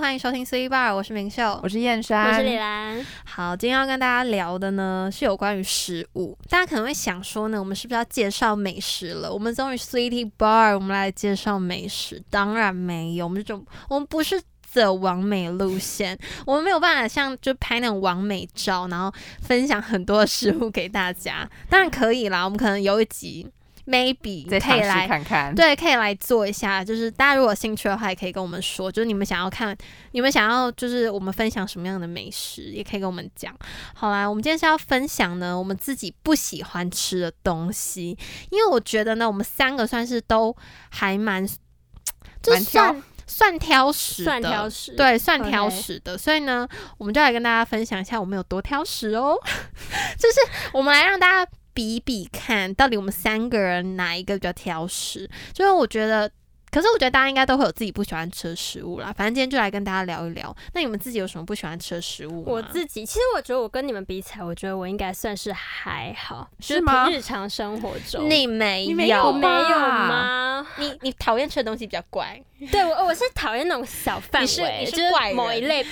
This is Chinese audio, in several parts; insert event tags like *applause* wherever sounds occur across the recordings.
欢迎收听 C Bar，我是明秀，我是燕山，我是李兰。好，今天要跟大家聊的呢是有关于食物。大家可能会想说呢，我们是不是要介绍美食了？我们终于 City Bar，我们来介绍美食，当然没有，我们这种我们不是。走完美路线， *laughs* 我们没有办法像就拍那种完美照，然后分享很多食物给大家。当然可以啦，我们可能有一集 maybe 再可以尝试来看看。对，可以来做一下。就是大家如果有兴趣的话，也可以跟我们说，就是你们想要看，你们想要就是我们分享什么样的美食，也可以跟我们讲。好啦，我们今天是要分享呢，我们自己不喜欢吃的东西，因为我觉得呢，我们三个算是都还蛮，就蛮挑算算挑食的，算挑食，，对，算挑 OK 食的。所以呢，我们就来跟大家分享一下我们有多挑食哦。 *laughs* 就是我们来让大家比比看，到底我们三个人哪一个比较挑食。就是我觉得，可是我觉得大家应该都会有自己不喜欢吃的食物啦。反正今天就来跟大家聊一聊，那你们自己有什么不喜欢吃的食物吗？我自己其实我觉得我跟你们比起来，我觉得我应该算是还好，是就吗日常生活中，你没你没有有我没有吧吗？你你讨厌吃的东西比较怪， *laughs* 对我我是讨厌那种小范你是围，你是就是怪人某一类，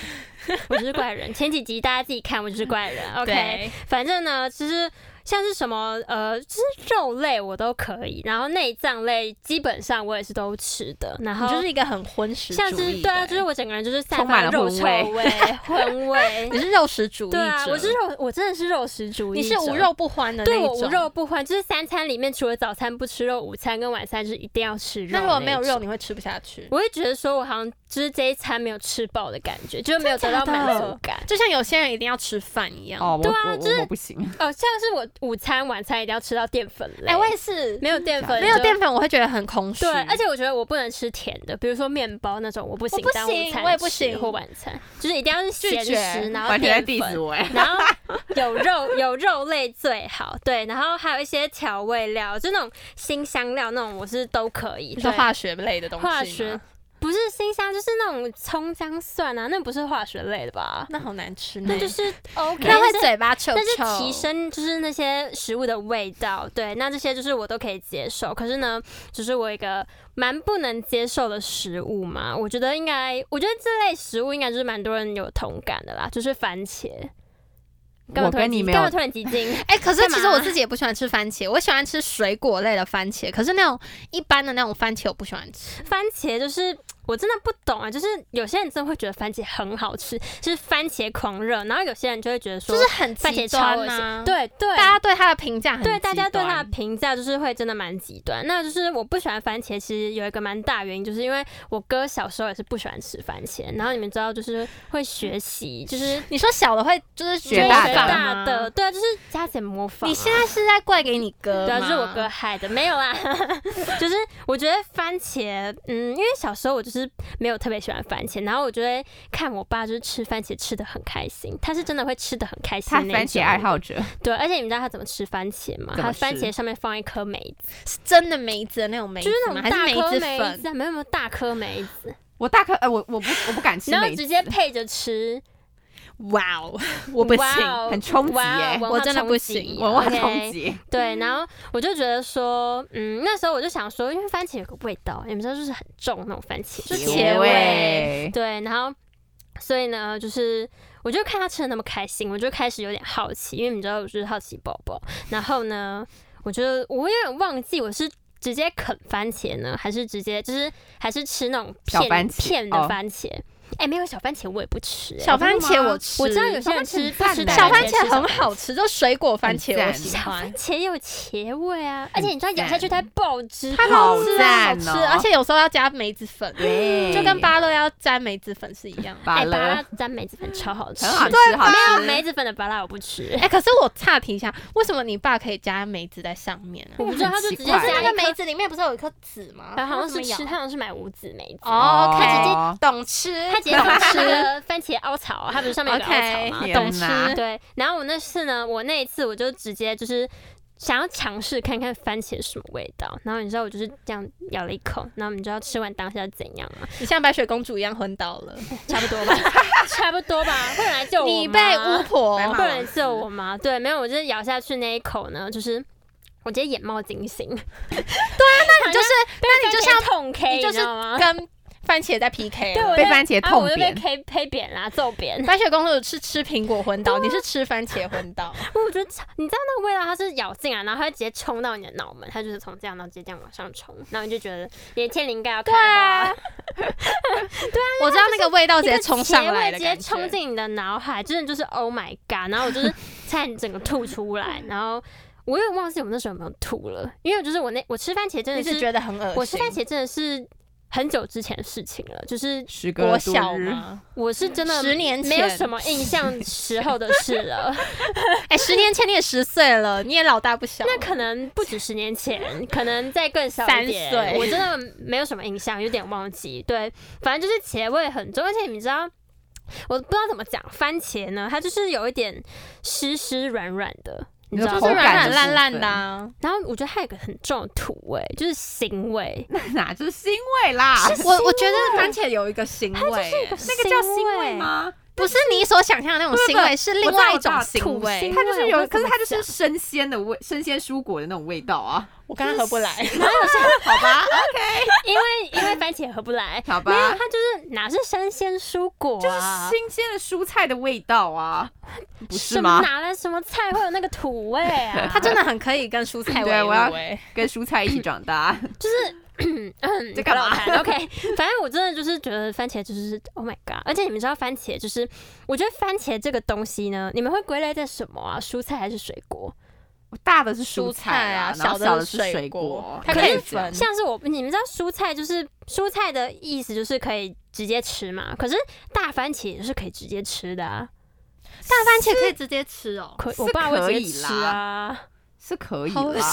我就是怪人。前几集大家自己看，我就是怪人。OK， *laughs* 对反正呢，其实像是什么呃，就是肉类我都可以，然后内脏类基本上我也是都吃的，然后你就是一个很荤食像主是义对啊，的就是我整个人就是散充满发了肉荤臭 *laughs* 味味、荤味你。是肉食主义对啊，者，我是肉，我真的是肉食主义。你是无。肉不欢的那对一我种。无肉不欢，就是三餐里面除了早餐不吃肉，午餐跟晚餐就是一定要吃肉。那如果没有肉，，你会吃不下去。我会觉得说我好像就是这一餐没有吃饱的感觉，就是没有得真的到假的满足感。就像有些人一定要吃饭一样。哦，我对啊我就是我我不行，哦，像是我午餐、晚餐一定要吃到淀粉类，哎、我也是，没有淀粉，没有就淀粉，我会觉得很空虚。对，而且我觉得我不能吃甜的，比如说面包那种，我不行我不当行午餐我也不吃行或晚餐，就是一定要是咸拒绝食，然后完全在淀 diss 粉，我 *laughs* 哎。然后有肉有肉类最好，对，然后还有一些调味料，就那种新香料那种，我是都可以。你说对化学类的东西吗，化学不是新香，就是那种葱姜蒜啊，那不是化学类的吧？那好难吃呢，那就是 OK，那但会是嘴巴臭臭，但是提升就是那些食物的味道，对，那这些就是我都可以接受。可是呢，就是我有一个蛮不能接受的食物嘛，我觉得应该，我觉得这类食物应该就是蛮多人有同感的啦，就是番茄。干嘛我突然跟激你没干嘛有突然激进？哎、可是干其嘛实我自己也不喜欢吃番茄，我喜欢吃水果类的番茄，可是那种一般的那种番茄我不喜欢吃。 *laughs* 番茄就是我真的不懂啊，就是有些人真的会觉得番茄很好吃，就是番茄狂热，然后有些人就会觉得说，就是很番极茄端超恶心啊，，对对，大家对它的评价很对大家极对端它的评价就是会真的蛮极端。那就是我不喜欢番茄，其实有一个蛮大原因，就是因为我哥小时候也是不喜欢吃番茄，然后你们知道就是会学习，就是你说小的会就是学的大的学仿大的，。对啊，就是加减模仿啊、你现在是在怪给你哥吗？对啊，就是我哥害的，没有啦。 *laughs* 就是我觉得番茄，嗯，因为小时候我就是没有特别喜欢番茄，然后我就会看我爸就是吃番茄吃的很开心，他是真的会吃的很开心他的那番茄种爱好者，对，而且你们知道他怎么吃番茄吗？怎么他番吃茄上面放一颗梅子，是真的梅子的那种梅子就是那吗还种是大梅颗子梅粉子，啊，没有没有大颗梅子，我大可呃我我不我不敢吃然后梅子直，接配着 *laughs* 吃，哇哦，我不哇行。哦很冲击哇哦耶文我化真的冲不击嗯行文化 OK 冲击。对，然后我就觉得说，嗯，那时候我就想说，因为番茄有个味道，你们知道就是很重那种番茄，就茄茄味对，然后所以呢，就是我就看他吃的那么开心，我就开始有点好奇，因为你知道我就是好奇宝宝。然后呢，我就我有点忘记我是。直接啃番茄呢，还是直接就是还是吃那种小片番茄片的哦番茄？哎、没有小番茄我也不吃、哎小番茄真的吗我吃，我知道有些人吃小不番茄吃很的赞小对番番茄很好，好吃，就水果番茄我赞喜小欢番。茄也有茄味啊，而且你知道咬下赞去它爆汁，它好好吃啊，好赞吃，哦而且有时候要加梅子粉，对就跟芭乐要沾梅子粉是一样的。芭哎，乐芭拉沾梅子粉超好吃，很好吃，好没有吃。梅子粉的芭拉我不吃哎、，可是我岔题一下，为什么你爸可以加梅子在上面啊呢、我不知道他就直接很奇怪加一颗子里面不是有一颗籽吗然后好像是它吃，怎么他咬好像是买无籽梅子，哦，哦他直接懂吃，他直接懂放那吃，个番茄凹槽，啊它不是上面有个凹 OK，槽 *laughs* 吗？天懂哪吃，对，然后我那次呢，我那一次我就直接就是想要尝试看看番茄什么味道，然后你知道我就是这样咬了一口，然后你知道吃完当下怎样吗？你像白雪公主一样昏倒了， *laughs* 差不多吧，差不多吧，会有人来救我你被吗巫婆白马会有人救我吗？对，没有，我就是咬下去那一口呢，就是。我直接眼冒金星，那你就是，那你就像痛 K，你就是知道吗？跟番茄在 PK 对，我了。被在番茄啊痛我就被扁黑黑扁啦，揍扁。番茄公主是吃苹果昏啊倒，你是吃番茄昏倒。 *laughs* 我觉得超你知道那个味道，它是咬进来，然后它直接冲到你的脑门，它就是从这样，然后直接这样往上冲，然后你就觉得你的天灵盖要开花，啊，我知道那个味道直接冲上来那个的结尾感直接觉，冲进你的脑海，真的就是 Oh my God！然后我就是差点整个吐出来，然后我也忘记我那时候有没有吐了，因为就是我那我吃番茄真的你是是，觉得很恶心。我吃番茄真的是很久之前的事情了，就是时隔国了多小日，吗？我是真的十年前没有什么 *laughs* 印象时候的事了。哎、十年前你也十岁了，你也老大不小了。那可能不止十年前，可能再更小一点。三岁我真的没有什么印象，有点忘记。对，反正就是茄味很重，而且你知道。我不知道怎么讲，番茄呢，它就是有一点湿湿软软的，你知道你就说是吗口？软感软烂的部烂分的、啊。然后我觉得还有一个很重的土味，就是腥味，那 *laughs* 哪是腥味啦？ *laughs* 我我觉得番茄有一个腥味耶、那个叫腥味？吗？不是你所想象的那种不不腥味，是另我知道外一我知种道腥土味腥。它就是腥味我有，可不知道是它就怎么是生鲜的味，生鲜蔬果的那种味道啊，我刚刚合不来，好吧，因为因为番茄合不来，好没有，它吧，就是哪是生鲜蔬果就是啊？新鲜的蔬菜的味道啊，不是什么吗？哪来什么菜会有那个土味啊？它真的很可以跟蔬菜对为伍我要哎跟蔬菜一起长大，嗯在干嘛不知道我看？OK，反 *laughs* 正我真的就是觉得番茄就是 Oh my God！而且你们知道番茄就是，我觉得番茄这个东西呢，你们会归类在什么啊？蔬菜还是水果？大的是蔬菜啊，然后的的是水果，它可可以是分。像是我，你们知道蔬菜就是蔬菜的意思就是可以直接吃嘛？可是大番茄也是可以直接吃的啊，大番茄可以直接吃哦，可是我爸会可直以接吃啊。是可以好恶啦。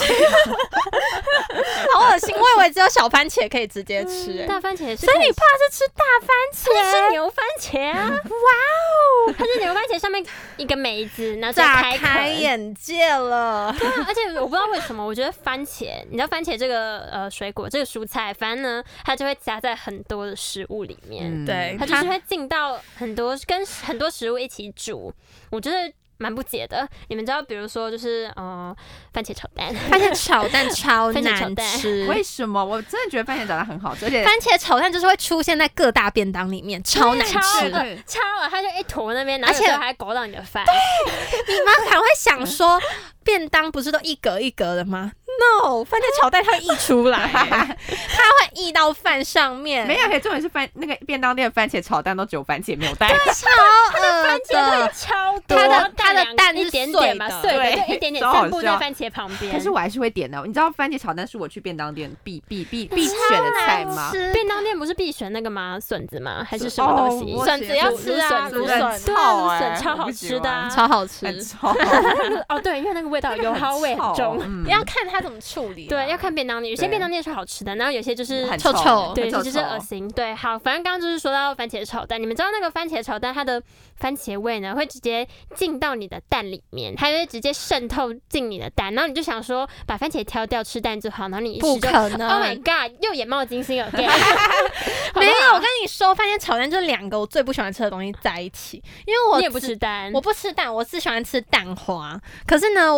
好恶心！我以为只有小番茄可以直接吃哎。大番茄也是所可以你以爸是吃大番吃茄？牛番 *laughs* 茄啊！哇哦，它是牛番茄上面一个梅子，然后再打开开口。眼界了！对啊，而且我不知道为什么，我觉得番茄，你知道番茄这个呃水果，这个蔬菜，反正呢，它就会加在很多的食物里面，嗯对它就是会进到很多跟很多食物一起煮，我觉得蛮不解的。你们知道，比如说就是呃番茄炒蛋，番茄炒蛋超番茄炒难蛋吃，为什么？我真的觉得番茄长得很好吃，而且番茄炒蛋就是会出现在各大便当里面，超难超吃。你对对超了它就一坨那边，然后而且有时候还勾到你的饭，妈可能会想说，便当不是都一格一格的吗？No，番茄炒蛋它会溢出来，它会溢到饭上面，没有，而且重点是番那个便当店的番茄炒蛋都只有番茄没有蛋，超恶它的的。超多，它的然后它的两蛋是一点碎点嘛，的碎的对就一点点超好散布在笑番茄旁边。但是我还是会点的。你知道番茄炒蛋是我去便当店必必必必选的菜吗？便当店不是必选那个吗？笋子吗？还是什么东西？哦我笋子要芦吃啊，芦芦笋笋对啊，芦欸笋超好吃的 *laughs* 啊，超好吃，很臭，哦，对，因为那个味道油耗 *laughs* 味很重。嗯要看它怎么处理啊。对，要看便当店，有些对便当店是好吃的，然后有些就是很臭臭对，很有臭些就是恶心。对，好，反正刚刚就是说到番茄炒蛋，你们知道那个番茄炒蛋它的番茄味呢，会直接进到你的蛋里面，它就会直接渗透进你的蛋，然后你就想说把番茄挑掉吃蛋就好，然后你一不吃就。可 Oh my 能。 god！又眼冒金 *laughs* 星 again，好不好没有，我跟你说，番茄炒蛋就是两个我最不喜欢吃的东西在一起，因为我你也不只吃蛋，我不吃蛋，我是喜欢吃蛋花。可是呢，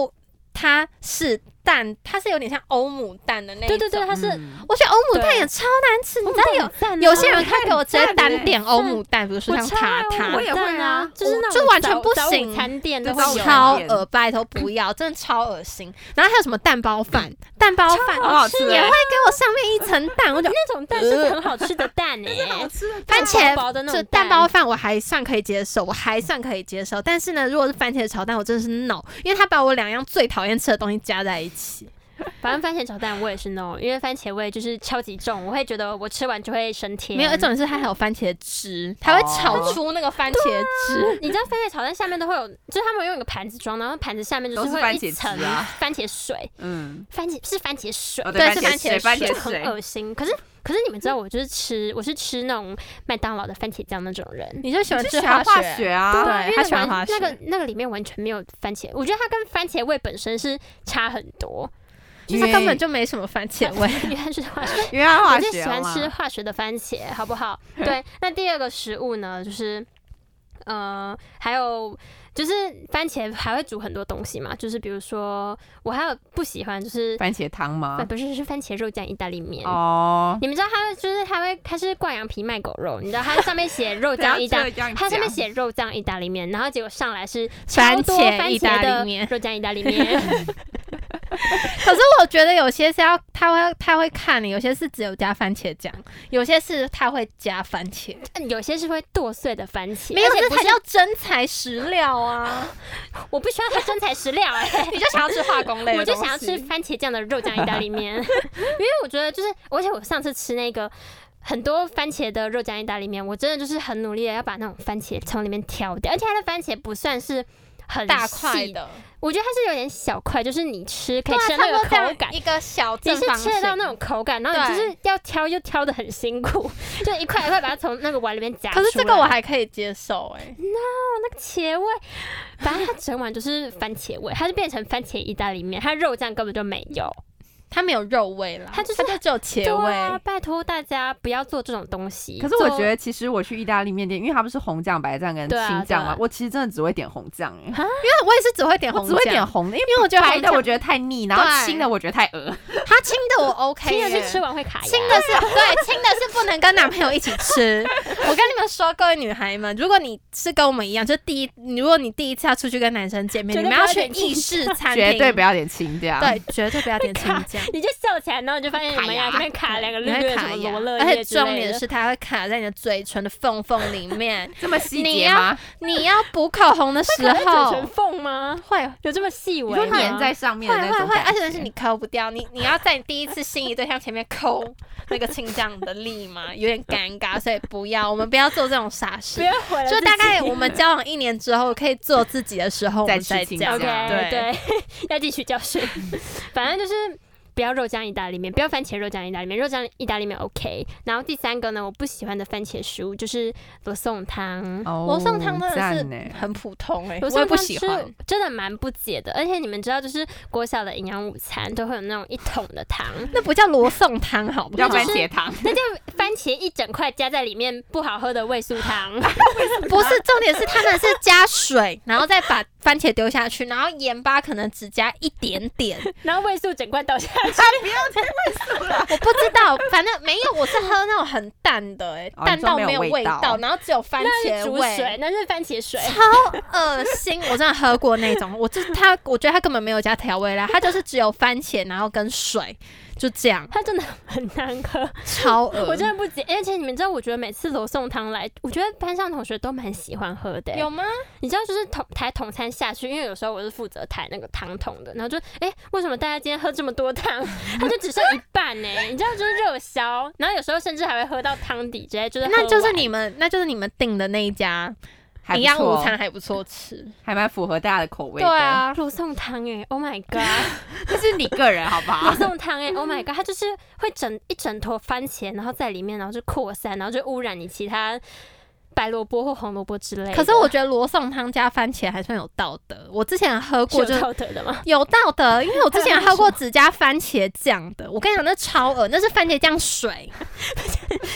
它是蛋，它是有点像欧姆蛋的那一对种。对对，它是嗯我觉得欧姆蛋对也超难吃，你知道有。有有些人他给我直接单点欧蛋姆蛋，比如说啊我像超塔爱塔我我，也蛋会啊啊，就是我那就种完全早不早午行餐店都就会早有午超餐啊。店恶拜托不要，真的超恶心。然后还有什么蛋包饭，蛋包饭很好吃也欸会给我上面一层蛋，我就 *laughs* 那种蛋是很好吃的蛋欸诶、吃的番蛋茄薄薄的那这种蛋包饭我还算可以接受，我还算可以接受。但是呢，如果是番茄炒蛋，我真的是 no，因为他把我两样最讨厌吃的东西加在一起。 *laughs* 反正番茄炒蛋我也是 no，因为番茄味就是超级重，我会觉得我吃完就会升天。没有，重点是它还有番茄汁，它会炒出那个番茄汁。你知道番茄炒蛋下面都会有，就是他们用一个盘子装，然后盘子下面就都是会番一茄汁层啊番茄水，嗯，番茄是番茄水，哦对对，是番茄番番茄就茄很水，恶心。可是可是你们知道，我就是吃我是吃那种麦当劳的番茄酱那种人，你就喜欢就吃喜欢化化学？学啊，对因为他喜欢完滑雪那个那个里面完全没有番茄，我觉得它跟番茄味本身是差很多， *laughs* 就是它根本就没因为没什么番茄 *laughs* 味。因为它是化学。因为它我 *laughs* 化就学喜欢嘛 *laughs* 吃化学的番茄，好不好？对，那第二个食物呢，就是呃，还有就是番茄还会煮很多东西嘛，就是比如说我还有不喜欢就是番茄汤呃吗？不是是番茄肉酱意大利面。哦，你们知道他就是他会他是挂羊皮卖狗肉，你知道他上面写 *laughs* 肉酱意大利，它它上面写肉酱意大利面，然后结果上来是番超多茄番意大利的面肉酱意大 *laughs* 利面，可是我觉得有些是要他会他会看你，有些是只有加番茄酱，有些是他会加番茄，有些是会剁碎的番茄，没有而且这不才是叫真材实料啊！我不需要它真材实料哎、 *laughs* 你就想要吃化工类我的就东西，想要吃番茄酱的肉酱意大 *laughs* 利面，因为我觉得就是，而且我上次吃那个很多番茄的肉酱意大利面，我真的就是很努力的要把那种番茄从里面挑掉，而且它的番茄不算是很大块细，的，我觉得它是有点小块，就是你吃可对以啊，吃差不到那多个这样口感。一个小你正是方吃得到形那种口感，然后你就对是要挑又挑的很辛苦， *laughs* 就一块一块把它从那个碗里面夹出可来。是这个我还可以接受哎、茄味，反正它整碗就是番茄味，它是变成番茄意大利面，它肉酱根本就没有。它没有肉味啦，它就是它就只有茄对味。啊，拜托大家不要做这种东西。可是我做觉得，其实我去意大利面店，因为它不是红酱、白酱跟对啊青酱对啊嘛，我其实真的只会点红酱，哎因为我也是只会点我红只酱，会点红的，因为因为我觉得白红的酱我觉得太腻，然后对青的我觉得太恶。它清的我 OK，亲的耶是吃完会卡牙，清的 *laughs* 是对，清的是不能跟男朋友一起吃。我跟你们说，各位女孩们，如果你是跟我们一样，就第一，如果你第一次要出去跟男生见面，绝你对们要不要去点意式餐厅，绝对不要点青酱。对，绝对不要点青酱。你就笑起来，然后你就发现你们俩这边卡两个你绿会绿的什卡么牙罗勒，而且叶之类重点的是它会卡在你的嘴唇的缝缝里面。这么细你节要吗？你要补口红的时可能嘴候唇，缝吗？会有这么细你微说吗？粘在上面的会那会种会，感觉，而且是你抠不掉，你你要在你第一次心仪对象前面抠那个青酱的力嘛，有点尴尬，所以不要，我们不要做这种傻不事。要毁了自就己。大概我 *laughs* 们交往一年之后，可以做自己的时候，我再们吃再青讲。酱 OK 对对， *laughs* 要汲取教训。反正就是不要肉酱意大利面，不要番茄肉酱意大利面，肉酱意大利面 OK。然后第三个呢，我不喜欢的番茄食物就是罗宋汤。哦罗宋汤真的赞欸呢是很普通哎、我我也不喜欢。，真的蛮不解的。而且你们知道，就是国小的营养午餐都会有那种一桶的糖，那不叫罗宋汤，好不叫好？番茄汤，那就番茄一整块加在里面不好喝的味素汤， *laughs* 不是重点是他们是加水，然后再把番茄丢下去，然后盐巴可能只加一点 *laughs* 点，然后味素整罐倒下去。我不知道，反正没有，我是喝那种很淡的、欸，哦淡你说到没有有味味道然后只有番那是茄煮水，味，那是番茄水。超恶心。我真的喝过那种，我就是它，我觉得它根本没有加调味料，它就是只有番茄，然后跟水，就这样，它真的很难喝，超恶。我真的不解。而且你们知道，我觉得每次罗宋汤来，我觉得班上同学都蛮喜欢喝的、欸有吗？你知道，就是桶抬桶餐下去，因为有时候我是负责抬那个汤桶的，然后就哎、诶为什么大家今天喝这么多 *laughs* 汤？它就只剩一半呢、欸你知道，就是热销，然后有时候甚至还会喝到汤底之类，就是喝那就是完你们，那就是你们订的那一家还营不养错午哦餐还不错吃。还蛮符合大家的口味对的。，啊，罗宋汤哎、o h my *laughs* god，这是你个人好不罗好？宋汤哎、o h my god，它就是会整一整坨番茄，然后在里面，然后就扩散，然后就污染你其他白萝卜或红萝卜之类的。可是我觉得罗宋汤加番茄还算有道德。我之前喝是有过，就是道德的吗？有道德，因为我之前喝过只加番茄酱的，我跟你讲，那超恶，那是番茄酱水。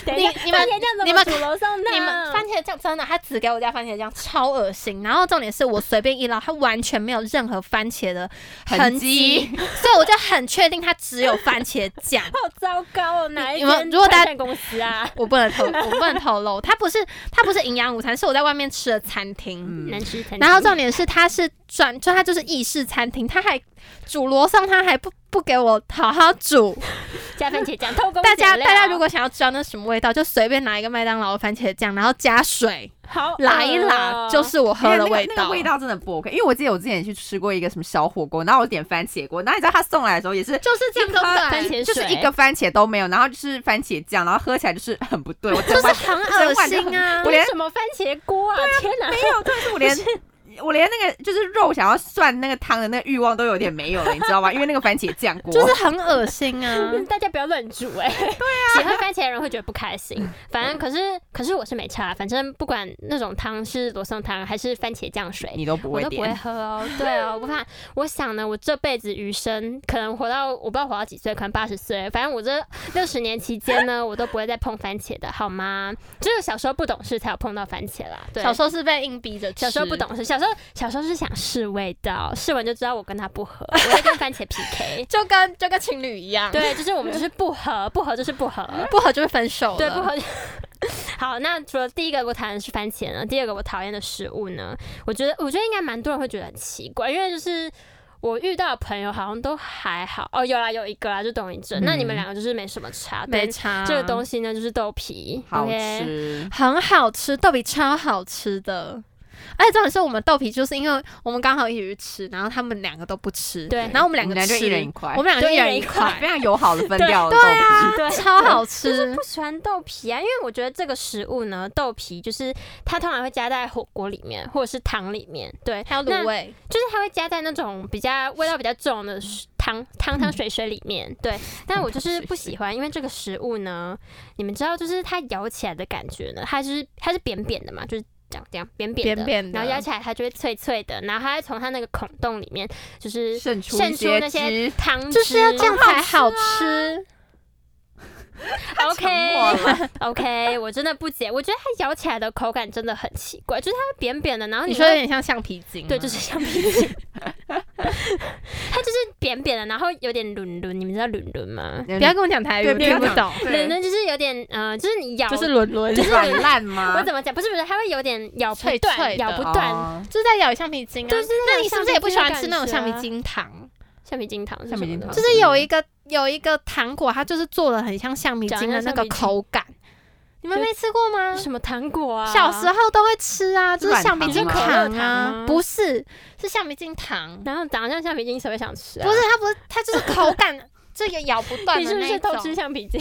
等一下你们番茄酱怎你么们煮罗宋汤？你们番茄酱真的，他只给我加番茄酱，超恶心。然后重点是我随便一捞，它完全没有任何番茄的 *laughs* 痕痕迹迹，所以我就很确定它只有番茄酱。好糟糕哦！哪一你们间如果大快餐公司啊？我不能透，我不能透露，它不是它不是营养午餐，是我在外面吃的餐厅。嗯，难吃餐厅然后重点是，它是转，就它就是意式餐厅，它还煮罗宋汤还不不给我好好煮，加番茄酱，偷工嗯大家减料大家如果想要知道那是什么味道，就随便拿一个麦当劳的番茄酱，然后加水好呃拉一哦拉，就是是我喝的味道。那个味道真的不 OK，因为我记得我之前去吃过一个什么小火锅，然后我点番茄锅，然后你知道他送来的时候也是。就是这样，对不番对？茄就是水一个番茄都没有，然后就是番茄酱，然后喝起来就是很不对，我就整是碗很恶心啊呃我！连为什么番茄锅啊？天哪！ *laughs* 没有，但是我连我连那个就是肉想要涮那个汤的那个欲望都有点没有了，你知道吗？因为那个番茄酱锅，就是很恶心啊！嗯大家不要乱煮哎、对啊，喜欢番茄的人会觉得不开 *laughs* 心。反正可是可是我是没差，反正不管那种汤是罗宋汤还是番茄酱水，你都不我会都不会点。喝哦。对哦，我不怕。我想呢，我这辈子余生可能活到我不知道活到几岁，可能八十岁，反正我这六十年期间呢，我都不会再碰番茄的，好吗？只有小时候不懂事才有碰到番茄啦。 *laughs* 对，啊小时候是被硬逼着吃，。小时候不懂事，小时候小时候是想试味道，试完就知道我跟他不合，我在跟番茄 PK *laughs* 就跟就跟情侣一样，，对，就是我们就是不合，不合就是不合，不合就会分手了，对，不合就。 *laughs* 好，那除了第一个我讨厌的是番茄呢，第二个我讨厌的食物呢，我觉得我觉得应该蛮多人会觉得很奇怪，因为就是我遇到的朋友好像都还好哦，有啦有一个啦，就董一真，那你们嗯两个就是没什么差，没对差。这个东西呢就是豆皮好 OK 吃，很好吃，豆皮超好吃的。而且重点是我们豆皮，就是因为我们刚好一起去吃，然后他们两个都不吃，对然后我们我两个们俩就吃，一人一块我，们两个对一人一人一一块非，常友好的分对掉了对豆皮。啊，对 *laughs* 超好吃不，喜欢豆皮啊，因为我觉得这个食物呢，豆皮就是它通常会加在火锅里面或者是汤里面，对， *laughs* 还有卤味，就是它会加在那种比较味道比较重的水嗯汤汤汤水水里面， *laughs* 对。但我就是不喜欢，因为这个食物呢，你们知道，就是它咬起来的感觉呢，它就是它是扁扁的嘛，就是。这样这样扁扁的，扁扁的然后咬起来它就会脆脆的，然后它会从它那个孔洞里面就是渗出一渗出些那些汁汤汁，就是要这样才好吃。 *laughs* OK 沉默哦 OK，我真的不解，我觉得它咬起来的口感真的很奇怪，就是它扁扁的，然后你你说有会点像橡皮筋吗，对，就是橡皮筋， *laughs* 它就是扁扁的，然后有点轮轮，你们知道轮轮吗？不不要跟我讲台语，对我不要听不讲懂，轮轮就是有点，呃，就是你咬，就是轮轮，就软烂吗？我怎么讲？不是不是，它会有点咬不脆断，脆的咬不断，哦是在咬橡皮筋啊。就是那种你是不是也不喜欢橡吃皮筋那的种橡感觉啊啊皮筋糖？橡皮筋糖是什橡么皮的？筋糖就是有一个有一个糖果，它就是做的很像橡皮筋的那个口感，你们没吃过吗？什么糖果啊？小时候都会吃啊，就是橡皮筋软糖糖啊吗，不是，是橡皮筋糖，然后长得像橡皮筋，谁会想吃啊？不是它不是它就是口感 *laughs* 这个咬不断你的是不那是一偷吃种。橡皮筋？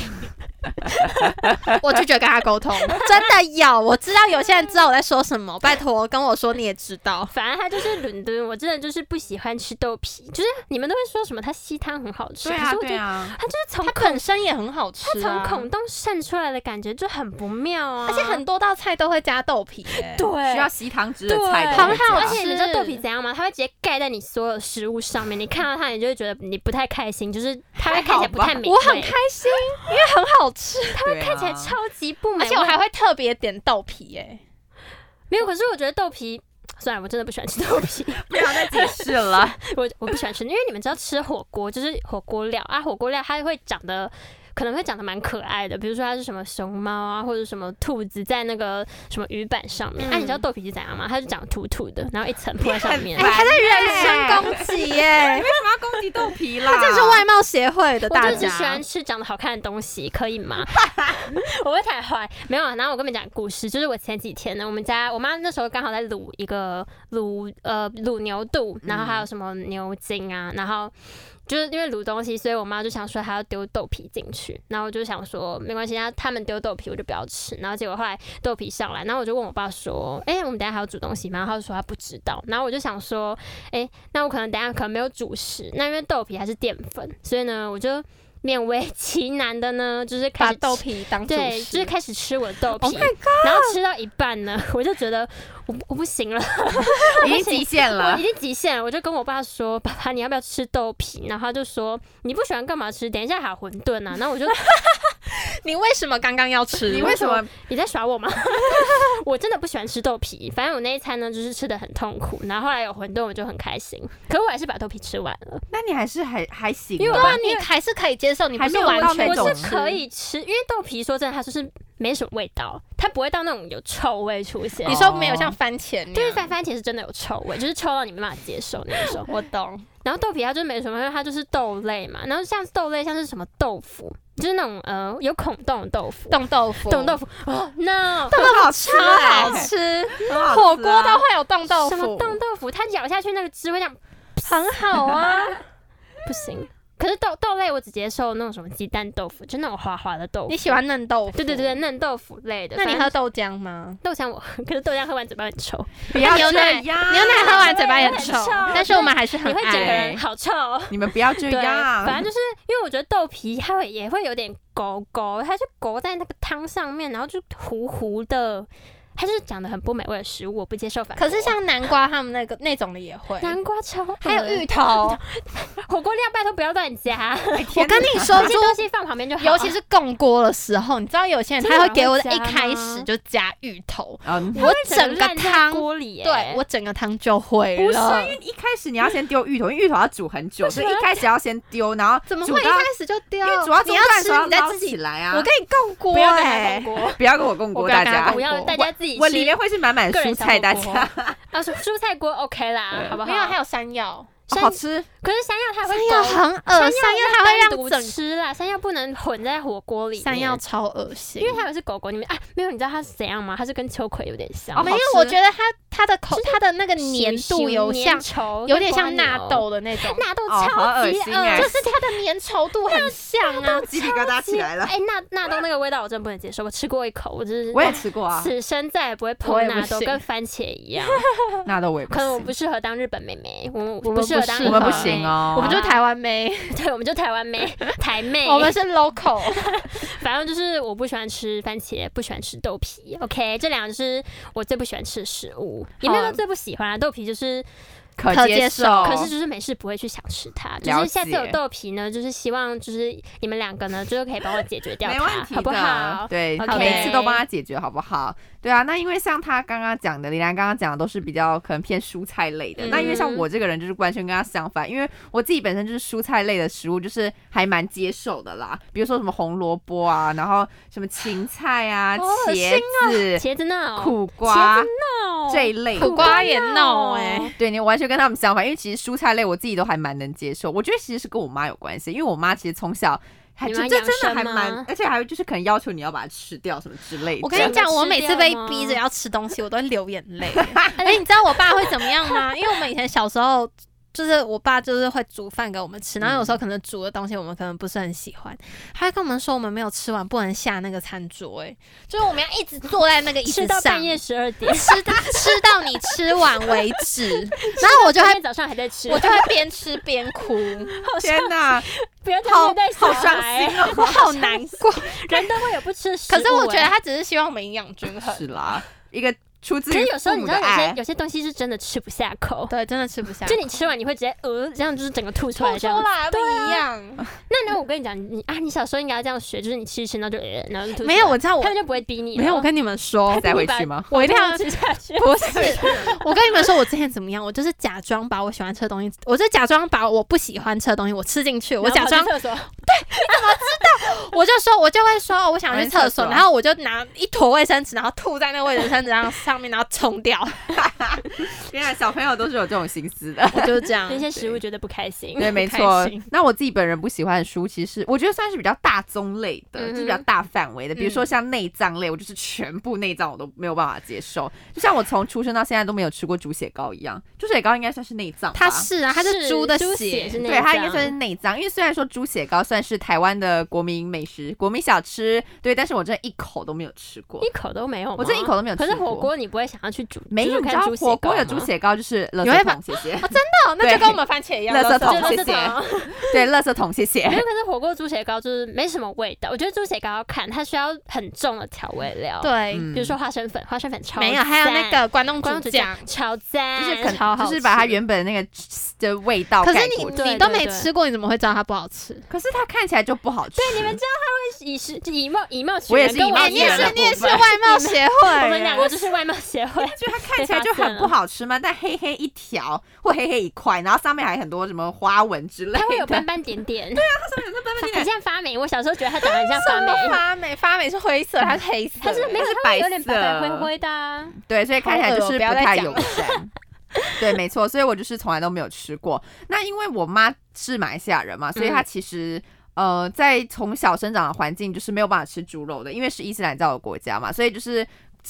我拒绝跟他沟 *laughs* 通，真的有，我知道有些人知道我在说什么，拜托跟我说你也知 *laughs* 道。反正它就是伦敦，我真的就是不喜欢吃豆皮，就是你们都会说什么它稀汤很好吃，对可啊是我觉对得啊，它就是从它孔本身也很好吃、从孔，洞渗出来的感觉就啊很不妙啊，而且很多道菜都会加豆皮、欸，对，需要吸汤汁的对，菜很好吃都会加而且你知道豆皮怎样吗？它会直接盖在你所有食物上面，你看到它，你就会觉得你不太开心，就是它会看起来不太美味，我很开心，因为很好吃，它会对啊看起来超级不美而味，且我还会特别点豆皮、欸，没有。可是我觉得豆皮。算了，我真的不喜欢吃豆皮，不要再解 *laughs* 释了。 *laughs* 我我不喜欢吃，因为你们知道吃火锅就是火锅料啊，火锅料它会长得可能会长得蛮可爱的，比如说它是什么熊猫啊，或者什么兔子在那个什么鱼板上面。嗯啊，你知道豆皮是怎样吗？它是长凸凸的，然后一层铺在上面。很烦哎还在人身攻击耶、哎 *laughs* 为什么要攻击豆皮啦？这是外貌协会的我大就只家。喜欢吃长得好看的东西，可以吗？ *laughs* 我会太坏，没有啊。然后我跟你们讲故事，就是我前几天呢，我们家我妈那时候刚好在卤一个卤呃卤牛肚，然后还嗯有什么牛筋啊，然后。就是因为卤东西，所以我妈就想说还要丢豆皮进去，然后我就想说没关系，那他们丢豆皮我就不要吃。然后结果后来豆皮上来，然后我就问我爸说：“哎、我们等一下还要煮东西吗？”然后他就说他不知道。然后我就想说：“哎、那我可能等一下可能没有主食，那因为豆皮还是淀粉，所以呢，我就勉为其难的呢，就是开把始豆吃。”皮当主对，就是食，开始吃我的豆 Oh 皮 my 然后吃到一半呢，我就觉得我不我不行了，已经极限我了啊已。经极限了，我就跟我爸说：“爸爸，你要不要吃豆皮？”然后他就说：“你不喜欢干嘛吃？等一下还有馄饨啊。”然后我就你为什么刚刚要吃？你为什么？你在耍我吗？ *laughs* 我真的不喜欢吃豆皮，反正我那一餐呢就是吃的很痛苦，然后后来有馄饨我就很开心，可我还是把豆皮吃完了，那你还是还还行吧，因为对我爸啊，你还是可以接受，你不还是没有完到全那种不我吃是可。以吃，因为豆皮说真的它就是没什么味道，它不会到那种有臭味出现你。说没有像番茄那样，就是番番茄是真的有臭味，就是臭到你没办法接受那种。我懂，然后豆皮它就没什么，因为它就是豆类嘛。然后像豆类，像是什么豆腐，就是那种呃有孔洞的豆腐，冻豆腐，冻豆腐。哦，no，很好吃超哎，好吃，很好吃啊火锅都会有冻豆什么腐，冻豆腐，它咬下去那个汁会这样很好啊。 *laughs* 不行，可是豆豆类我只接受那种什么鸡蛋豆腐，就那种滑滑的豆腐。你喜？欢嫩豆腐？对对对，对，嫩豆腐类的。那你反正喝豆浆吗？豆浆我 *laughs* 喝，可是豆浆喝完嘴巴很臭，不要牛这奶样，牛奶喝完嘴巴也很很臭臭，但是我们还是哦你 *laughs* 很会整个爱人。好臭。哦你们不要这对，啊反正样。就是因为我觉得豆皮它会也会有点勾勾，它就勾在那个汤上面，然后就糊糊的，它就是讲的很不美味的食物，我不接受反驳。可是像南瓜他们那个那种的也会，南瓜哦超恶，还有芋头。火锅料，拜托不要乱加，哎我跟你 *laughs* 说这，些东西放旁边就好。尤其是共锅的时候，你知道有些人真的他会给我的很会一加开吗始就加芋头，嗯，我它整个烂在汤，锅里耶，对我整个汤就毁不是，了因。为一开始你要先丢芋头，因为芋头要煮很久，所以一开始要先丢，然后怎么煮会一到开始就掉？因为主要你中要饭的时吃，候你再捞自己起。来啊我跟，你共锅不要跟哎、 *laughs* 他共不要跟我共我锅，刚大刚家共不。要大家自己我吃里面会是满满个蔬人小菜，大火锅家 *laughs* 啊，蔬蔬菜锅 OK 啦，好不好？嗯没有，还有山药， *laughs* 山哦好吃。可是山药它会山药勾很恶，山药它会单让独整欸吃啦，山药不能混在火锅里面。山药，超恶心，因为它们是狗狗，你们啊，没有，你知道它是怎样吗？它是跟秋葵有点像，哦没有，我觉得它它的口它的那个粘度有像稠，有点像纳，豆的那种，纳豆哦好超恶级心恶哎就是它的粘稠度很像啊。 *laughs* 鸡皮疙瘩起来了。哎，纳纳豆那个味道我真不能接受，我吃过一口，我真是我也吃过啊，此生再也不会我也碰不纳行豆，跟番茄一样。纳豆我也不 *laughs* 可能我不行，适合当日本妹妹，我们我们不适合不当适日我合们本不妹行妹，哦。我们就台湾妹， *laughs* 对，我们就台 *laughs* 湾妹、台妹，我们是 *laughs* local，反正就是我不喜欢吃番茄，不喜欢吃豆皮。OK，这两个是我最不喜欢吃的食物，也没有好到最不喜欢啊。豆皮就是，可可接接受受，可是就是没事不会去想吃它。就哦了是下次解有豆皮呢，就是希望就是你们两个呢，就是可以帮我解决掉没它问，题好不的好？对 OK 每一次都帮他解决，好不好？对啊，那因为像他刚刚讲的，李兰刚刚讲的都是比较可能偏蔬菜类的。嗯那因为像我这个人就是完全跟他相反，因为我自己本身就是蔬菜类的食物，就是还蛮接受的啦。比如说什么红萝卜啊，然后什么芹菜啊、哦好恶心茄子、茄子闹，苦哦瓜哦闹这一欸类的。苦瓜也闹哎、对你完全跟他们相反，因为其实蔬菜类我自己都还蛮能接受，我觉得其实是跟我妈有关系，因为我妈其实从小还你就妈这真养的生还蛮吗，而且还有就是可能要求你要把它吃掉什么之类的。我跟你讲，真的我吃每次掉被吗逼着要吃东西，我都会流眼 *laughs* 泪。而且你知道我爸会怎么样吗？因为我们以前小时候。就是我爸就是会煮饭给我们吃，然后有时嗯候可能煮的东西我们可能不是很喜欢，他会跟我们说我们没有吃完不能下那个餐桌、欸，就是我们要一直坐在那个椅子吃上，到半夜十二点，吃到吃到你吃完为 *laughs* 止，然后我就今会天早上还在吃，我就会边吃边 *laughs* 哭，天哪，不要再好虐待小好伤孩，心哦。我好难过。人都会有不吃的食物可欸。是我觉得他只是希望我们营养均衡，是啦，一个出自可于是有时候嗯父你母知的道，有些爱。啊有些东西是真的吃不下口，对，真的吃不下，就你吃完你会直接呃，这样就是整个吐出来吐这出样。来不一样。那那我跟你讲，你啊，你小时候应该要这样学，就是你吃一吃，然后就呃，然后就吐出来。没有，我知道我他们就不会逼你了。没有，我跟你们说，再回去 *laughs* 吗？ *laughs* 我一定要他们就吃下去。不是， *laughs* 我跟你们说，我之前怎么样？我就是假装把我喜欢吃的东西， *laughs* 我就假装把我不喜欢吃的东西我吃进去，我假装然后跑去厕所，我就说，我就会说，哦我想去厕所，我要去厕所然后我就拿一坨卫生纸，然后吐在那个卫生纸上上面，然后冲掉，原来小朋友都是有这种心思的。我就这样 *laughs* 那。些食物觉得不开心。对，没开错心。那我自己本人不喜欢的书，其实我觉得算是比较大宗类的，嗯哼就是比较大范围的。比如说嗯像内脏类，我就是全部内脏我都没有办法接受。就像我从出生到现在都没有吃过猪血糕一样，猪血糕应该算是内脏吧。它是啊，它是猪的猪血，是那对，它应该算是内脏，因为虽然说猪血糕算是台湾的国民美食、国民小吃，对，但是我真的一口都没有吃过一。口都没有吗，我真的一口都没有可是吃过火锅你不会想要去煮，没有，就是你知看道猪血火锅糕有吗猪，血糕就是垃你会圾把桶，谢 *laughs* 谢。哦，那就跟我们番茄一样，对都是垃圾这桶种谢就是谢这种。对，垃圾桶，谢 *laughs* 谢没。有，可是火锅猪血糕就是没什么味道。我觉得猪血糕要看，它需要很重的调味料，，对，嗯比如说花生粉，花生粉超没有，还有那赞个关东关煮东煮酱酱。超赞，就是可超能好就是把它吃原本那个的味道可是盖你过去。对你都对没对吃过，你怎么会知道它不好吃？可是它看起来就不好吃。对，你们这以是以貌以貌取我也人，是跟以我貌哎，们你取也人是的你也部是分外貌协会耶，我们两个就是外貌协会，就它看起来就很不好吃吗？但黑黑一条或黑黑一块，然后上面还很多什么花纹之类的。它会有斑斑点点，对啊，它上面有那斑斑点很像发霉。我小时候觉得它长得很像发什么 *laughs* 霉，发霉，发霉是灰 *laughs* 色，它是黑色，它是没有，它是它会有白点色白白灰灰的啊。对，所以看起来就好恶是哦不要再太讲友善。 *laughs* 对，没错，所以我就是从来都没有吃过。那因为我妈是马来西亚人嘛，所以她嗯其实、呃，在从小生长的环境就是没有办法吃猪肉的，因为是伊斯兰教的国家嘛，所以就是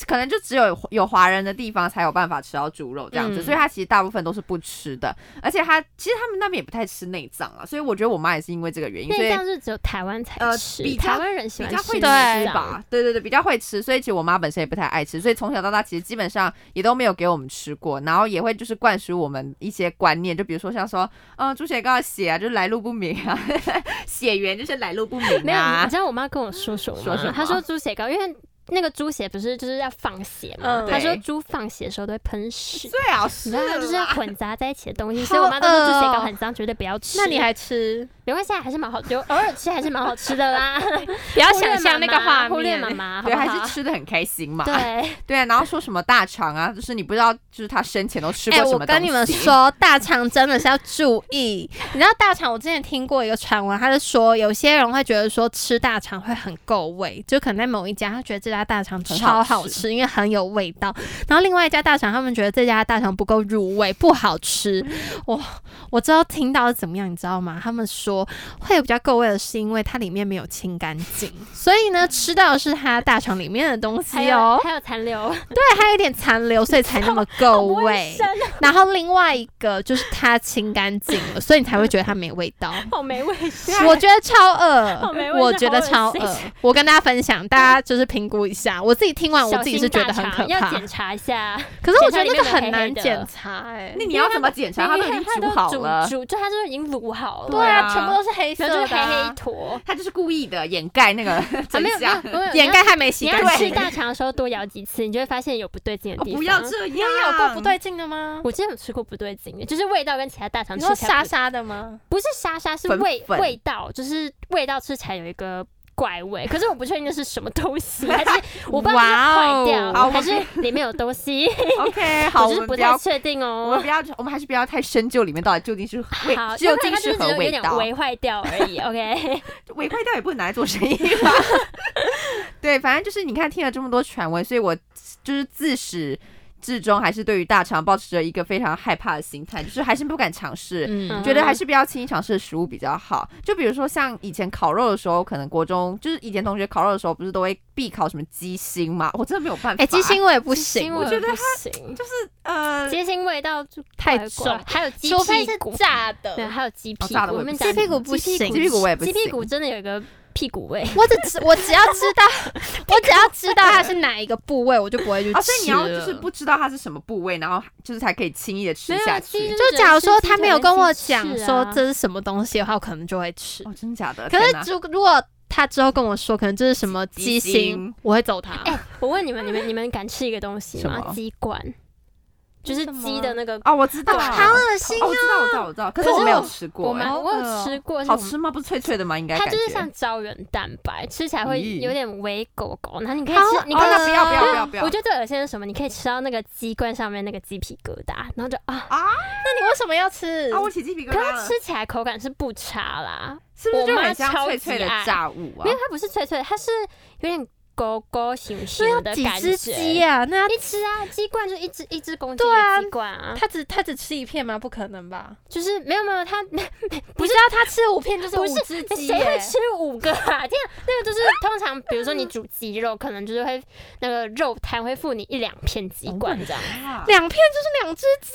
可能就只有有华人的地方才有办法吃到猪肉这样子，嗯所以他其实大部分都是不吃的，而且他其实他们那边也不太吃内脏啊，所以我觉得我妈也是因为这个原因，所内以脏是只有台湾才呃吃，比较台湾人喜比较欢会吃吃内脏吧，对对对，比较会吃，所以其实我妈本身也不太爱吃，所以从小到大其实基本上也都没有给我们吃过，然后也会就是灌输我们一些观念，就比如说像说，嗯、猪血糕的血啊，就是来路不明啊， *laughs* 血缘就是来路不明没有，你啊 *laughs* 你，知道我妈跟我说什么吗？说什么她说猪血糕，因为那个猪血不是就是要放血嘛？嗯她说对猪放血的时候都会喷屎，最好你啊是知道吗？就是啦混杂在一起的东西，好所以我妈都说猪血饿糕哦很脏，绝对不要吃。那你还吃？没关系啊，还是蛮好，有偶尔吃还是蛮好吃的 *laughs* 啦。不要想象那个画面，忽略妈妈，忽对，略妈还妈好不好是吃的很开心嘛。对，对啊，然后说什么大肠啊，就是你不知道，就是他生前都吃过哎、什我么东西。跟你们，说，大肠真的是要注意。 *laughs* 你知道大肠，我之前听过一个传闻，他是说有些人会觉得说吃大肠会很够味，就可能在某一家，他觉得这家大肠很超好好吃吃，因为很有味道。然后另外一家大肠，他们觉得这家大肠不够入味，不好吃。哇，我知道听到是怎么样，你知道吗？他们说会比较够味的是因为它里面没有清干净，所以呢，吃到的是它大肠里面的东还西有哦，还有残留，对，还有一点残留，所以才那么够味。真的然后另外一个就是它清干净了，所以你才会觉得它没味道。好没卫生。我觉得超好没恶，味我道觉得超好恶恶心。我跟大家分享，大家就是评估一下。我自己听完，我小自己心是觉大得很可肠要怕。检查一下，可是我觉得检查那个很里面有没有黑难黑的检查哎 *laughs* 那。你要怎么检查？他都已经它煮好了，煮就它都已经卤好了，对对啊，啊全部都是黑色然后就的是黑黑啊一，坨，他就是故意的掩盖那个 *laughs* 啊 *laughs* 真没有没相有。没有掩盖还没洗你干要吃净。大肠的时候多咬几次，你就会发现有不对劲的哦地方。 *laughs* 不要这样，你有过不。对劲的吗？我真的有吃过不对劲的，就是味道跟其他大肠你吃说起来沙不沙的吗？不是沙沙，是粉味粉味道，就是味道吃起来有一个怪 *laughs* 味。可是我不确定那是什么东西，还是我不知道是坏掉哇哦好还是里面有东西， *laughs* OK，好， *laughs* 我我就是们不不太要，确定我哦们。不要，我们还是不要太深究里面到底究竟是味好，，究要不竟然它就是是何有味点道。微坏掉而已。OK， *laughs* *laughs* 违规掉也不能拿来做生意吧？ *laughs* 对，反正就是你看听了这么多传闻，所以我就是自始至终还是对于大肠保持着一个非常害怕的心态，就是还是不敢尝试。嗯嗯，觉得还是不要轻易尝试的食物比较好。就比如说像以前烤肉的时候，可能国中就是以前同学烤肉的时候，不是都会必烤什么鸡心吗？我真的没有办法。哎，鸡，心我也不鸡行，味我觉得不行，呃，鸡心味道就太怪重怪，还有鸡除非屁是股炸对，的。还有鸡哦屁炸的股，我我也们不讲啊鸡屁股不鸡行鸡屁股我也不鸡行。屁股真的有一个屁 *laughs* 股味，我只知我只要知道，我只要知道它是哪一个部位，我就不会去吃了。啊，所以你要就是不知道它是什么部位，然后就是才可以轻易的吃下鸡去。就假如说他没有跟我讲说这这是什么东西的话，我可能就会吃。哦，真的假的？可天是哪如如果他之后跟我说可能这是什么鸡鸡心心，我会走他。哎、我问你们，你们你们敢吃一个东西什吗？么鸡冠，就是鸡的那个。哦，我知道，好恶心哦哦，我知道，我知道，我知道，可是可是我没有我吃过，我们哎我有吃过，是好我们吃吗？不是脆脆的吗？应啊该它感就是觉像胶原蛋白，吃起来会咦有点微狗狗。然后你可以好啊吃，你哦可以那吃不要不要对不要不要我觉得最恶心的是什么？你可以吃到那个鸡冠上面那个鸡皮疙瘩，然后就啊，那你为什么要吃啊，我起鸡皮疙可是瘩它了，吃起来口感是不差啦，是不是就我妈很像超脆脆级的爱炸物啊没？有它不是脆脆的，它是有点狗狗形那形要的啊几感觉。只鸡啊？那一只啊，鸡冠就一只一只公鸡对啊的鸡冠啊，他只他只吃一片吗？不可能吧？就是没有没有它不知道他吃五片就是不五是只欸鸡谁会耶。吃五个啊？ *laughs* 天啊，那个就是通常，比如说你煮鸡肉，可能就是会那个肉摊会附你一两片鸡冠这样。啊两片就是两只鸡，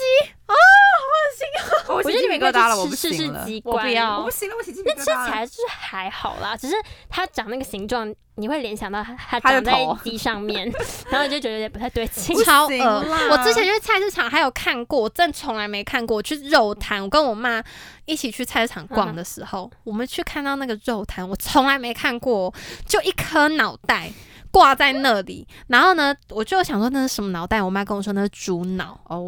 我我起觉得鸡你皮们疙可瘩了，以我去不吃试行试了，鸡我冠，不要我不行了，我起鸡皮疙吃瘩起了。来就是还好啦，只是它长那个形状，你会联想到它它它的长在头鸡上面， *laughs* 然后你就觉得有点不太对劲。超不恶行啦！我之前去菜市场还有看过，我真的从来没看过。我去肉摊，我跟我妈一起去菜市场嗯逛的时候，我们去看到那个肉摊，我从来没看过，哦就一颗脑袋挂在那里。然后呢，我就想说那是什么脑袋？我妈跟我说那是猪脑。哦，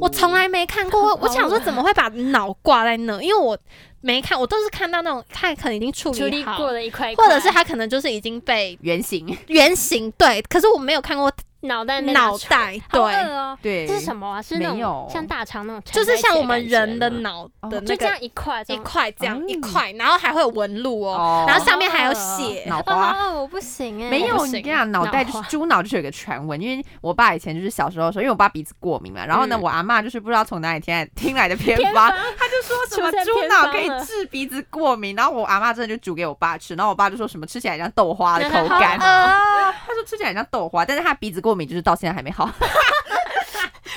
我从来没看过，我我好想说怎么会把脑挂在那？因为我没看，我都是看到那种他可能已经处处理理好，过的一块一块，或者是他可能就是已经被圆形，原型对，可是我没有看过脑袋那边拿脑出袋好对。饿哦。对，这是什么啊？是那没有种像大肠那种缠就在是一起感觉像吗，我们人的脑的哦那就这个样一块这一样块这样嗯一块，然后还会有纹路哦，哦，然后上面还有血。脑花。啊，我不行哎，没我有，不你行跟你讲，脑袋就脑是花猪脑，就是有一个传闻，因为我爸以前就是小时候的时候，因为我爸鼻子过敏嘛，然后呢，嗯我阿嬷就是不知道从哪里听来听来的偏偏方方，他就说 *laughs* 什么出现猪偏脑方可以了治鼻子过敏，然后我阿嬷真的就煮给我爸吃，然后我爸就说什么吃起来像豆花的口好感，啊！他说吃起来很像豆花，但是他鼻子过敏就是到现在还没好，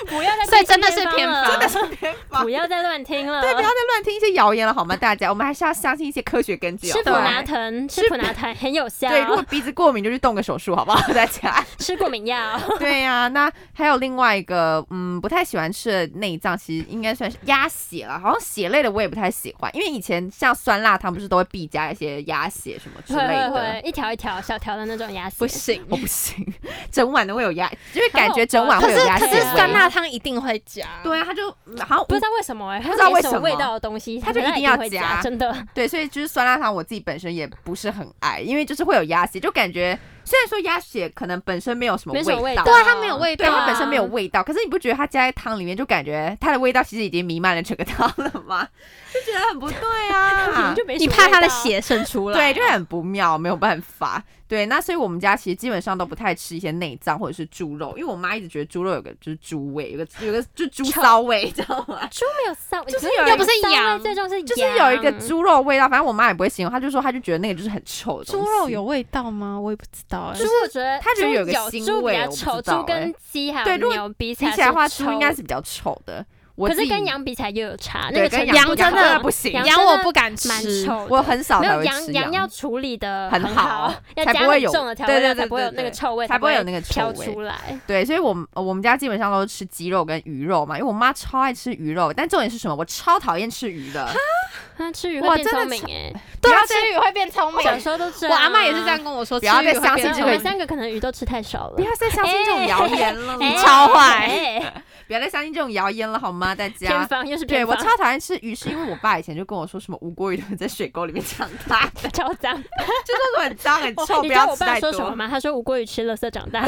不要再所以真的听是偏了方真的不要再乱听了。对，不要再乱听一些谣言了好吗？大家，我们还是要相信一些科学根据。吃啊普好不好拿疼，吃普拿疼很有效，对，如果鼻子过敏就去动个手术，好不 *laughs* 好？大家。吃过敏药。 *laughs* 对呀、那还有另外一个，嗯，不太喜欢吃的内脏，其实应该算是鸭血了。好像血类的我也不太喜欢，因为以前像酸辣汤不是都会必加一些鸭血什么之会类 *laughs* 会的 *laughs* 会，。一条一条小条的那种牙齿，不 *laughs* 行，我不行，整碗都会有鸭，因为感觉整碗可会有是鸭血可味。是酸辣汤一定会加，对啊，它就好像不知道为什么哎、欸，不知道为它什没么么味道的东西，它就好像一定要会夹真的。对，所以就是酸辣汤，我自己本身也不是很爱，因为就是会有鸭血，就感觉虽然说鸭血可能本身没有什么没什么味，道，对啊，它没有 *laughs* 味对道它啊，本身没有味道，可是你不觉得它加在汤里面，就感觉它的味道其实已经弥漫了整个汤了吗？就觉得很不对啊 *laughs* 就没什你么怕它味的道，血渗出来，对，就很不妙，没有办法。对，那所以我们家其实基本上都不太吃一些内脏或者是猪肉，因为我妈一直觉得猪肉有个就是猪味，有个有个就是猪骚味，你知道吗？ *laughs* 猪没有骚，就是又不是羊最重是就是羊有一个猪肉味道，反正我妈也不会形容，她就说她就觉得那个就是很臭的 *laughs* 东猪西肉有味道吗？我也不知道哎、猪，我觉得它就猪有有个腥猪味比较我不丑，知道哎猪跟鸡还对有如果牛比起比起来的话，是猪应该臭是比较臭的。我可自是己跟羊比起来又有差，那对个跟程度羊羊比较真的不行，羊羊我不敢蛮吃，臭的。我很少没才有会吃羊羊要处理的很好啊好，要才加不会很有重的调对味对料，对才不会有对那个对臭味，才不会有那那个臭飘味出来。对，所以我们呃我们家基本上都是吃鸡肉跟鱼肉嘛，因为我妈超爱吃鱼肉，但重点是什么？我超讨厌吃鱼的，啊，吃鱼哇会变真的聪明哎，对不啊，要吃再鱼会变聪明。小时候都这样我啊。阿妈也是这样跟我说，不要吃鱼会再相信变这聪个我们明人三个可能鱼都吃太少了不。要再相信这种谣言了啦，哎超坏哎不要再相信这种谣言了好吗？大偏家。方又是对偏我方，超讨厌吃鱼，是因为我爸以前就跟我说什么无锅鱼都在水沟里面长大的，超脏。就说什么很脏很 *laughs* 臭， *laughs* 不你知道要我吃太爸多说。什么吗？他说无锅鱼吃垃 *laughs* 圾长大，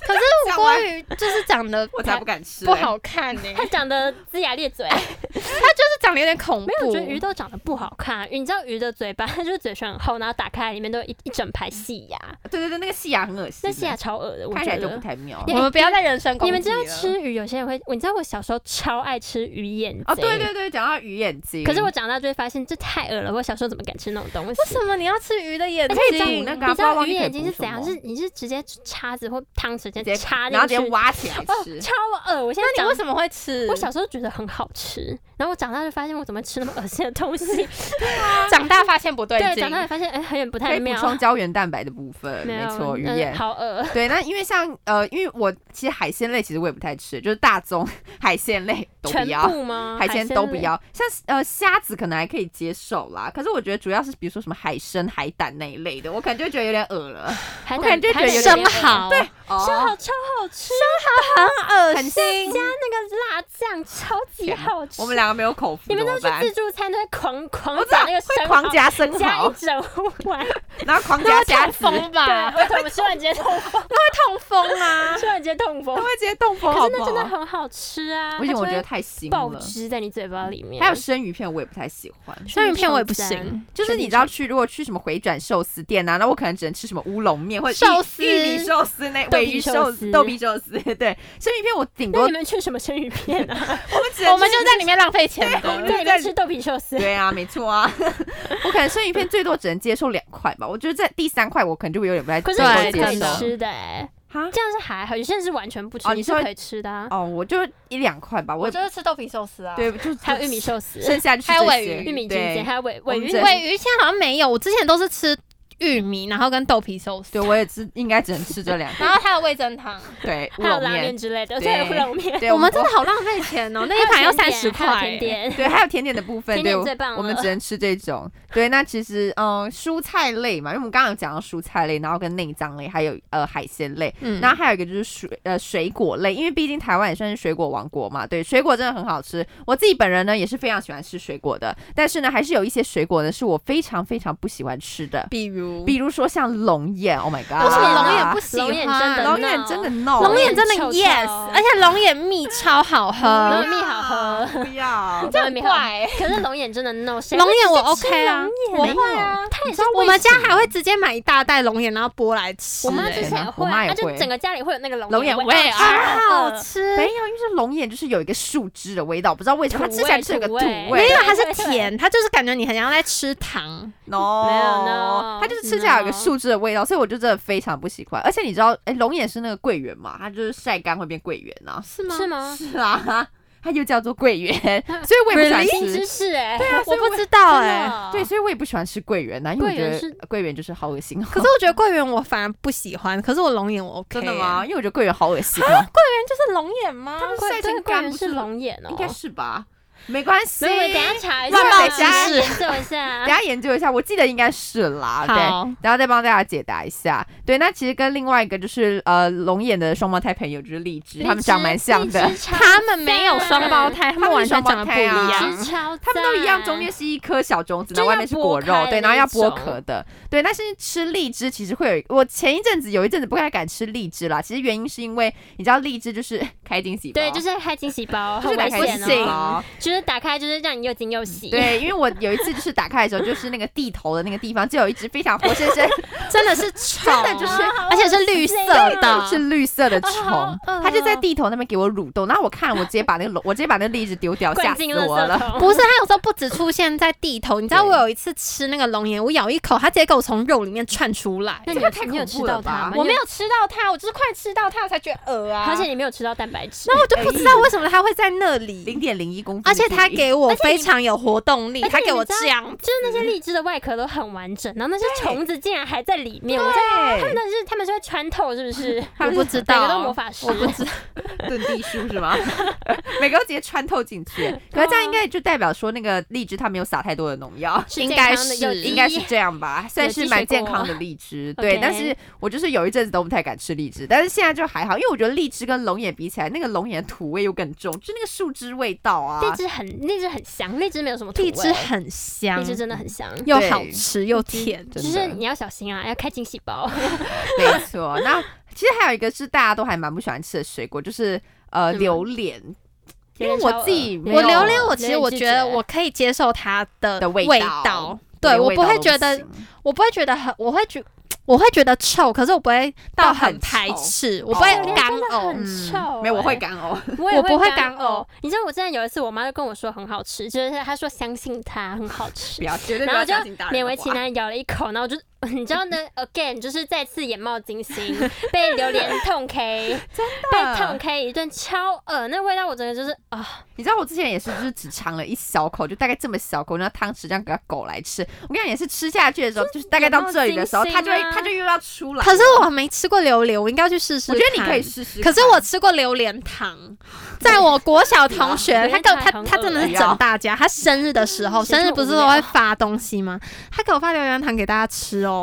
可是 *laughs* 吴郭鱼就是长得我才不敢吃、不好看呢、 *laughs* 欸，他长得龇牙咧嘴。就是长得有点恐怖。没有，我觉得鱼都长得不好看。啊你知道鱼的嘴巴，它就是嘴唇很厚，然后打开里面都有一一整排细牙，对对对，那个细牙很恶心，那细牙超恶的，我看起觉来就不得。太妙。我们不要再人身攻你击了们知道吃鱼，有些人会，你知道我小时候超爱吃鱼眼哦，贼对。对对，讲到鱼眼睛，可是我长大就会发现，这太恶了。我小时候怎么敢吃那种东西？为什么你要吃鱼的眼睛而？且长那个啊不你知道鱼知道忘记可以眼睛是补什怎样？么是你是直接叉子或汤匙直直接接插进然后直去接，挖起来哦吃，，超恶！我现在那长你为什么会吃？我小时候觉得很好吃，然后我长大就发现我怎么吃那么恶心的 *laughs* 东西。长大发现不啊对对，劲长，大才发现哎、很有点不可太以补妙。充胶原蛋白的部分，没错，鱼嗯眼。好恶。对，那因为像呃，因为我其实海鲜类其实我也不太吃，就是大宗 *laughs* 海鲜类都不全要，部吗？海鲜都不类。要。像呃虾子可能还可以接受啦，可是我觉得主要是比如说什么海参、海胆那一类的，我可能就觉得有点恶了。哦海我胆感觉海觉得有胆点有生点蚝，对，恶，生蚝超好吃，恶很心。加那个辣酱超级天哪好吃。我们两个没有口福，你们怎都么去办？自助餐都会狂狂我知夹道那个会生狂蚝，夹生加一蚝，啊整 *laughs* 碗。然后狂那夹会痛虾子，风吧？对，我头我吃完直接 *laughs* 痛风，痛风 *laughs* 啊！吃完直接痛风它。会直接冻风，可好是不那好？真的很好吃啊！不行，它我就觉得会太腥爆了。汁在你嘴巴里面。还有生鱼片我也不太喜欢，生鱼片我也不生鱼行，就是你知道去如果去什么回转寿司店啊，那我可能只能吃什么乌龙面或者寿玉司玉米寿司那豆尾皮鱼寿寿司豆皮寿司。对，生鱼片我顶那多你们去什么生鱼片 *laughs* 啊？我们只能我们就吃在里面浪费钱的。对，你们吃豆皮寿司。对啊，没错啊， *laughs* 我可能生鱼片最多只能接受两块吧，我觉得在第三块我可能就会有点不太可是能对你接可以真的受吃的哎、哈这样是还好，有些人是完全不吃，哦你你是说可以吃的啊。哦，我就一两块吧，我也是吃豆皮寿司啊对，就还有玉米，寿司就、剩下就是还有这尾些鱼玉米菌子，对，还有尾我尾们鱼这尾鱼现在好像没有，我之前都是吃玉米，然后跟豆皮寿司对，我也是应该只能吃这两然后还有味增汤。对乌还有龙拉面面，之类的，对对，乌 *laughs* 龙面。对，我们真的。的好浪费钱哦，那一还盘要有甜三点十块还欸。有甜 *laughs* 点。对，还有甜点的部分，甜对，点我最棒我们了只能吃这种。对，那其实，嗯，蔬菜类嘛，因为我们刚刚有讲到蔬菜类，然后跟内脏类，还有呃海鲜类，嗯然后还有一个就是水呃水果类，因为毕竟台湾也算是水果王国嘛，对，水果真的很好吃。我自己本人呢也是非常喜欢吃水果的，但是呢还是有一些水果呢是我非常非常不喜欢吃的，比如比如说像龙眼，Oh my god，为什么龙啊眼不喜欢？啊龙眼龙眼真真的的 no，龙眼很真的臭 yes，臭而且龙眼蜜超好龙嗯喝眼，蜜好喝，不要。这样很怪可是龙眼真的 no，谁龙会眼我去吃 OK 啊龙，眼我没会有啊。它也是我们家什么还会直接买一大袋龙眼，然后剥来吃。我妈欸之前也我会妈啊，也她就会整个家里会有那个龙龙眼味味啊好好吃，没有，因为是龙眼就是有一个树枝的味道，不知道为什么它土吃起来味就是有个 *laughs* 土土味味没有，它对 *laughs* 对是甜，它就是感觉你很像在吃糖。 no，没有，no，哦它就是吃起来有一个 no 树枝的味道，所以我就真的非常不喜欢。而且你知道，哎，龙眼是那个桂圆嘛，它就是晒干会变桂圆啊， *laughs* 是吗？嗯是？吗？是啊，它又叫做桂 *laughs* 圆，所以我也不喜欢新吃知。识哎、对啊，所我以我不知道哎、对，所以我也不喜欢吃桂圆啊呐、因为我桂觉圆得是桂圆就是好恶心哦。可是我觉得桂圆我反而不喜欢，可是我龙眼我 OK。欸真的吗？？因为我觉得桂圆好恶心哦， *laughs* 就是龙眼吗？它桂晒成对桂干圆不是是龙眼哦、应该是吧？没关系，没有，没有等一下查一下，乱报等一下知识研究一等下啊一。下研究一下，我记得应该是啦，对，好然后再帮大家解答一下。对，那其实跟另外一个就是呃龙眼的双胞胎朋友就是荔枝， *laughs* 他们长蛮像的，他们没有双胞胎，啊他们完全长得不一他们是样双。荔枝超赞， *laughs* 他们都一样，中间是一颗小种子，然后就外要面是果肉剥，开对，的然后要那剥种壳的，对。但是吃荔枝其实会有一，我前一阵子有一阵子不太敢吃荔枝啦，其实原因是因为你知道荔枝就是 *laughs* 开惊喜包，对，就是开惊喜包，就很是打危开不惊险喜行哦、包。就是打开就是让你又惊又喜。对，因为我有一次就是打开的时候，就是那个地头的那个地方，就有一只非常活生生 *laughs* 真的是丑，真的就是而且啊是绿色的，嗯是绿色的啊好虫，饿它就在哦地头那边给我蠕动，然后我看我直接把那个龙，我直接把那个荔枝丢掉，吓灌死进我垃圾了。桶，不是，它有时候不止出现在地头，你知道对我有一次吃那个龙眼，我咬一口，它直接给我从肉里面窜出来。那你这个有太你有恐怖吃了到它吧吗？我没有吃到它，我就是快吃到它，我才觉得恶啊。而且你没有吃到蛋白质，然后我就不知道为什么它会在那零里，点零一公分，而且它给我而且非你常有活动力，而且它给你我知道这样，就是那些荔枝的外壳都很完整，然后那些对虫子竟然还在里面，我在。他们对那是他们是会穿透，是 *laughs* 不是？我不知道，每个都魔法师，我不 *laughs* 知道，遁地术是吗？ *laughs* 每个都直接穿透进去， *laughs* 可是这样应该就代表说那个荔枝它没有撒太多的农药。是应健该康的是有应机应该是这样吧，算是蛮健康的荔枝，对。 OK 但是我就是有一阵子都不太敢吃荔枝，但是现在就还好，因为我觉得荔枝跟龙眼比起来，那个龙眼的土味又更重，就是那个树枝味道啊。荔枝很荔枝很香，荔枝没有什么土味荔枝很香荔，枝真的很香，嗯又对好吃又甜。真就的是你要小心啊，要开惊喜 *laughs* 包。没错，那其实还有一个是大家都还蛮不喜欢吃的水果，就是呃是吗榴莲，因为我自己没有我榴莲，我榴其实啊莲我拒觉得绝我可以接受它的的味味道道对我不会觉得我不会觉得很，我会觉我会觉得臭，可是我不会到到很很排臭斥，我不会哦干真的呕。很嗯臭欸没有，我会干哦呕。我我也不会干干呕。你知道我之前有一次，我妈就跟我说很好吃，就是她说相信它很好吃不，要，绝对不然要后就相信大人的勉为其话。难咬了一口，然后我就 *laughs* 你知道呢，again 就是再次眼冒金星，被榴莲痛 K，被痛 K 一顿超恶，那味道我真的就是啊，你知道我之前也是，就是只尝了一小口，就大概这么小口，然后汤匙这样给它狗来吃。我跟你讲，也是吃下去的时候，就是大概到这里的时候，有它那种就会惊心啊它就又要出来了。可是我没吃过榴莲，我应该去试试。我觉得你可以。试试看。可是我吃过榴莲糖，在我国小同学，不他要给我榴莲他糖他很真的恶是心整大家。他生日的时候，谁生日这么不是无都聊会发东西吗？他给我发榴莲糖给大家吃哦。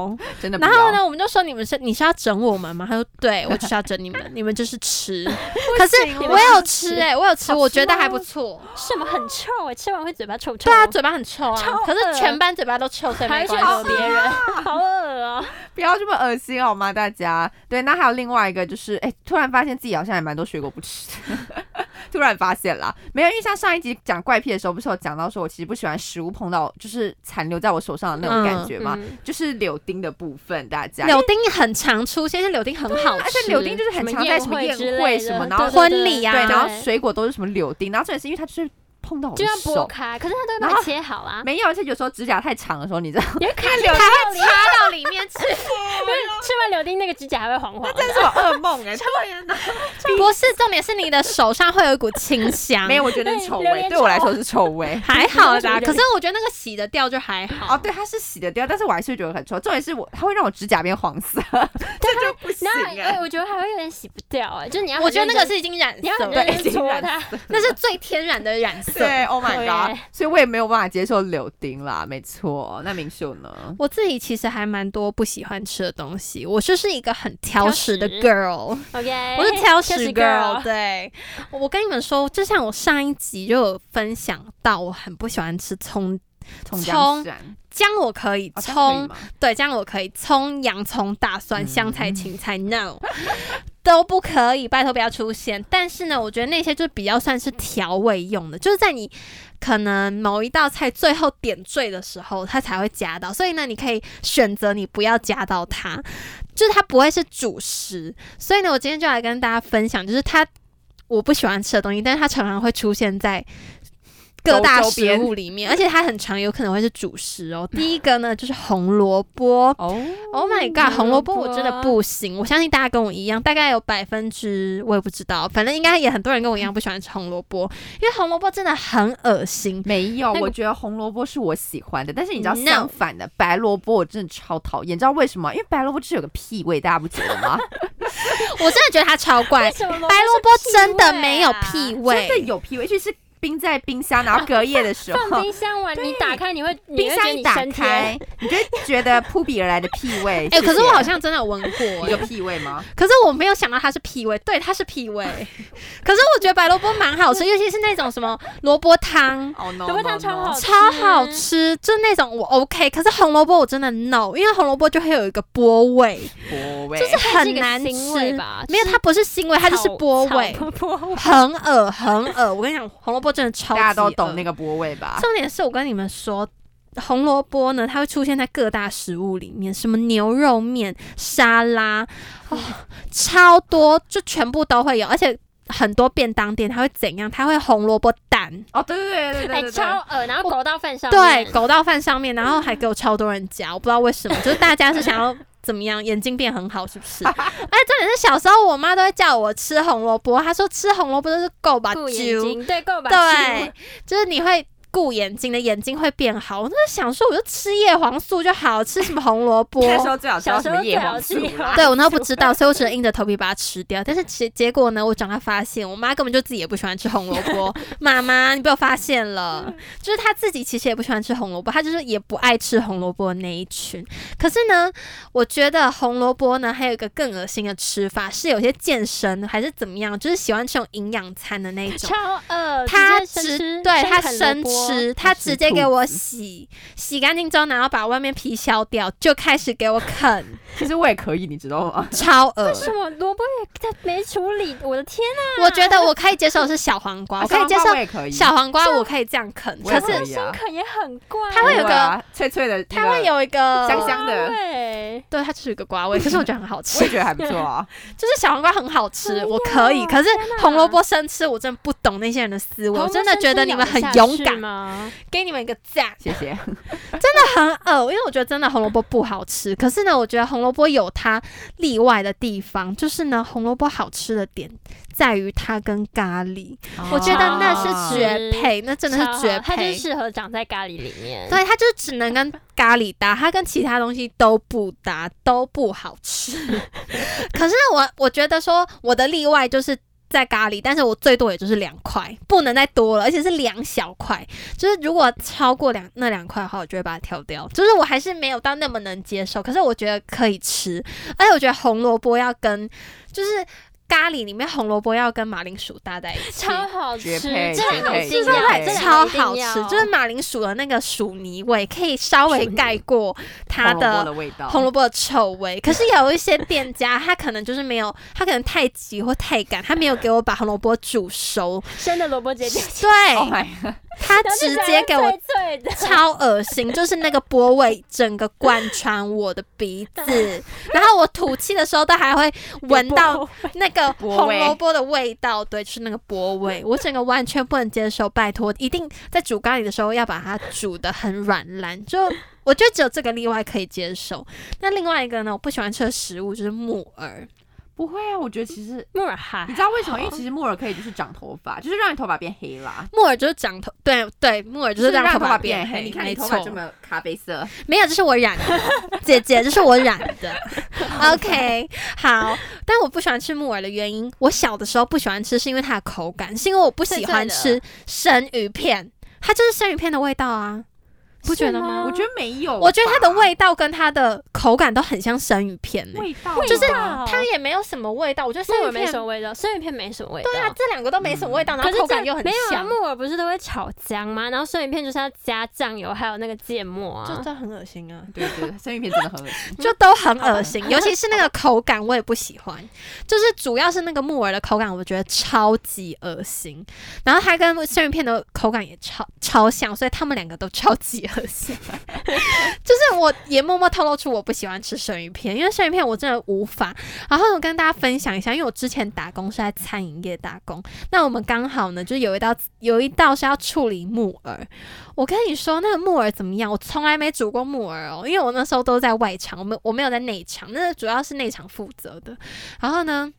真的不然要，后呢，我们就说你们是你是要整我们吗？他说对，我就是要整你们，你们就是吃。可是行我有吃吃哎，我有吃，好我吃觉得还吗不错。什么很臭哎，吃完会嘴巴臭臭。对啊，嘴巴很臭啊超，可恶是全班嘴巴都臭，所以还没去关惹系。别人，好恶哦！不要这么恶心好吗？大家对，那还有另外一个就是，哎、突然发现自己好像也蛮多水果不吃的， *laughs* 突然发现啦，没有，因为像上一集讲怪癖的时候，不是有讲到说我其实不喜欢食物碰到就是残留在我手上的那种感觉嘛，嗯就是柳丁的部分，大家。柳丁很常出现，现在柳丁很好吃，而且柳丁就是很常在什么宴之会类什么，的，然后对婚礼啊对，然后对水果都是什么柳丁，然后重点是因为它就是碰到我的就要剥手，开，可是它都会然后把它切好啊，没有，而且有时候指甲太长的时候，你知道，因为卡柳柳丁丁，插到里面去。吃完柳丁那个指甲还会黄黄的，这是我噩梦欸哎、对呀， *laughs* 不是，重点是你的手上会有一股清香， *laughs* 没有，我觉得是 *laughs* 臭榴味，莲对我来臭说是欸臭味。还好啦。你你可是我觉得那个洗得掉就还好。哦，对，它是洗得掉，但是我还是会觉得很臭。重点是我，它会让我指甲变黄 *laughs* 色，这就不行然后哎、欸哎，我觉得还会有点洗不掉哎，就是你要很我觉得那个认真是已经染你要色很了，对认真搓它，那是最天然的染色。对，Oh my 对 god！所以我也没有办法接受柳丁啦，没错。那明秀呢？我自己其实还蛮多不喜欢吃的东西，我就是一个很挑食的挑食 girl。 OK，我是挑食 girl， girl，对，我跟你们说，就像我上一集就有分享到，我很不喜欢吃葱，葱葱姜蒜，姜我哦可以，哦这样可以葱、吗对姜我可以，葱、洋葱、大蒜、嗯香菜、芹菜，no，都不可以，拜托不要出现。但是呢，我觉得那些就比较算是调味用的，就是在你可能某一道菜最后点缀的时候，它才会加到，所以呢，你可以选择你不要加到它，就是它不会是主食。所以呢，我今天就来跟大家分享，就是它我不喜欢吃的东西，但是它常常会出现在各大周周食边物里面，而且它很常有可能会是主食哦。第一个呢就是红萝卜哦，Oh my god，红萝卜我真的啊不行，我相信大家跟我一样，大概有百分之我也不知道，反正应该也很多人跟我一样不喜欢吃红萝卜，因为红萝卜真的很恶心。没有，那个我觉得红萝卜是我喜欢的，但是你知道 No 相反的，白萝卜我真的超讨厌，你知道为什么？因为白萝卜就是有个屁味，大家不觉得 *laughs* 吗？我真的觉得它超怪，为什么萝白萝卜是真的屁味没有啊屁真的味，有屁味，尤其是冰在冰箱，然后隔夜 *laughs* 的时啊放候，冰箱完，你打开你会，你冰会觉箱得一你打升天开，你就会觉得扑鼻而来的屁味。 *laughs* 哎、可是谢谢啊我好像真的有闻 *laughs* 过、你哎有屁味 *laughs* 吗？可是我没有想到它是屁味，对，它是屁味。 *laughs* 可是我觉得白萝卜蛮好吃，尤其是那种什么萝卜汤，哦 no，萝卜汤超好吃超好吃，就那种我 OK。可是红萝卜我真的 no，因为红萝卜就会有一个波味，波味，就是它是一很个哎难腥味吃。啊吧没有，是它不是腥味，它就是草波味，草波 *laughs* 味。很恶很恶。我跟你讲，红萝卜真的超大级家都懂个。那个啊波味吧？重点是我跟你们说。红萝卜呢，它会出现在各大食物里面，什么牛肉面、沙拉，哦，嗯超多，就全部都会有，而且很多便当店它会怎样？它会红萝卜蛋，哦，对对对对对，哎对超对，恶，然后狗到饭上对，面狗到饭上面，然后还给我超多人夹，我不知道为什么，就是大家是想 *laughs* 要怎么样，眼睛变很好是不是？哎， *laughs* 重点是小时候我妈都会叫我吃红萝卜，她说吃红萝卜就是够吧顾眼啾，睛，对，够吧？对，就是你会。顾眼睛的眼睛会变好，我那时候想说，我就吃叶黄素就好，吃什么红萝 *laughs* 卜？那时候最好吃到小时什候么最叶好黄啊吃素啊叶啦黄。对我那时候不知道，所以我只能硬着头皮把它吃掉。但是结结果呢，我长大发现，我妈根本就自己也不喜欢吃红萝卜。妈妈，你被我发现嗯了，就是她自己其实也不喜欢吃红萝卜，她就是也不爱吃红萝卜的那一群。可是呢，我觉得红萝卜呢，还有一个更恶心的吃法，是有些健身还是怎么样，就是喜欢吃那种营养餐的那一种。超恶，他直直接生吃对他啃生萝卜吃，他吃直接给兔我子洗洗干净之后，然后把外面皮削掉，就开始给我 *laughs* 啃，其实我也可以，你知道吗？超恶为什么萝卜也它没处理？我的天 *laughs* 啊！我觉得我可以接受的是小黄瓜，我可以接啊小黄瓜我受也可啊以，小黄瓜，我可以这样啃，我也可可是以啊生。啃也很怪，它会有对啊脆脆的，它会。有一个香香的对，对，它就是有一个瓜味，可是我觉得很好吃我，也觉得还不错 *laughs* 啊，就是小黄瓜很好吃，哎我可以，呀可是天哪红萝卜生吃，我真的不懂那些人的思维，我真的觉得你们很勇敢，吗？给你们一个赞。谢谢。很恶，因为我觉得真的红萝卜不好吃。可是呢，我觉得红萝卜有它例外的地方，就是呢，红萝卜好吃的点在于它跟咖喱，我觉得那是绝配，那真的超是好绝啊它就配。适合长在咖喱里面。对，它就只能跟咖喱搭，它跟其他东西都不搭，都不好吃。 *laughs* 可是我我觉得说我的例外就是在咖喱，但是我最多也就是两块，不能再多了，而且是两小块。就是如果超过两那两块的话，我就会把它挑掉。就是我还是没有到那么能接受，可是我觉得可以吃，而且我觉得红萝卜要跟就是咖喱里面红萝卜要跟马铃薯搭在一起，超好吃，绝配这绝两个配一定绝要，配这两超个一定好要吃，就是马铃薯的那个薯泥味可以稍微盖过它啊红萝卜的的味道，红萝卜的臭味。可是有一些店家，他可能就是没有，他可能太急或太赶，他没有给我把红萝卜煮熟，生的萝卜直接丢进去， *laughs* Oh 对 my god！他然后 *laughs* 就直觉得接给我脆脆的，超恶心，就是那个波味整个贯穿我的鼻子，然后我吐气的时候都还会 *laughs* 闻到萝卜那 *laughs* 个波红味萝卜的味道，对，就是那个波味，我整个完全不能接受。拜托，一定在煮咖喱的时候要把它煮的很软烂，就 *laughs* 我觉得只有这个例外可以接受。那另外一个呢，我不喜欢吃的食物就是木耳，不会啊，我觉得其实木耳还你知道为什么？因为其实木耳可以就是长头发，就是让你头发变黑啦，木耳就是长头，对对，木耳就是让让头发发变黑。黑，你看没你头错。发这么咖啡色，没有，这是我染的，姐姐，这是我染的。OK，好，但我不喜欢吃木耳的原因，我小的时候不喜欢吃，是因为它的口感，是因为我不喜欢脆脆吃生鱼片，它就是生鱼片的味道啊，不觉得是吗？吗我觉得没有吧，嗯我觉得它的味道跟它的口感都很像生鱼片欸呢、味道吧 *laughs* 就是它它也没有什么味道，我觉得生木鱼耳没片什么味道，生鱼片没什么味道。对啊，这两个都没什么味道，然可后是口这感又很没有啊，香，木耳不是都会炒姜吗？然后生鱼片就是要加酱油，还有那个芥末啊。这很恶心啊。对对，对生鱼片真的很恶心。就都很恶心，尤其是那个口感我也不喜欢，就是主要是那个木耳的口感，我觉得超级恶心。然后它跟生鱼片的口感也超超像，所以它们两个都超级恶恶心。 *laughs* 就是我也默默透露出我不喜欢吃生鱼片，因为生鱼片我真的无法。然后我跟大家分享一下，因为我之前打工是在餐饮业打工，那我们刚好呢，就是有一道有一道是要处理木耳。我跟你说，那个木耳怎么样？我从来没煮过木耳哦，因为我那时候都在外场，我没我没有在内场，那主要是内场负责的。然后呢？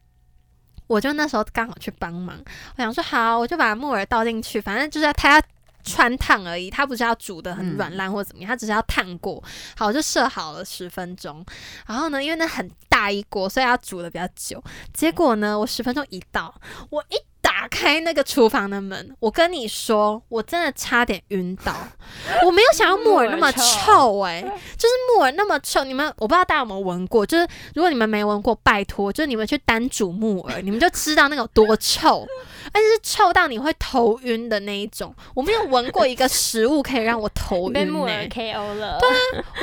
我就那时候刚好去帮忙，我想说好，我就把木耳倒进去，反正就是它要穿烫而已，它不是要煮的很软烂或怎么样，它只是要烫过。好，我就设好了十分钟。然后呢，因为那很大一锅，所以要煮的比较久。结果呢，我十分钟一到，我一打开那个厨房的门，我跟你说，我真的差点晕 *laughs* 倒。我没有想到木耳那么臭哎、就是木耳那么臭，你们我不知道大家有没有闻过，就是如果你们没闻过，拜托，就是你们去单煮木耳，你们就知道那个有多臭，而且是臭到你会头晕的那一种。我没有闻过一个食物可以让我头你晕、*laughs* 欸，啊被木耳 KO 了。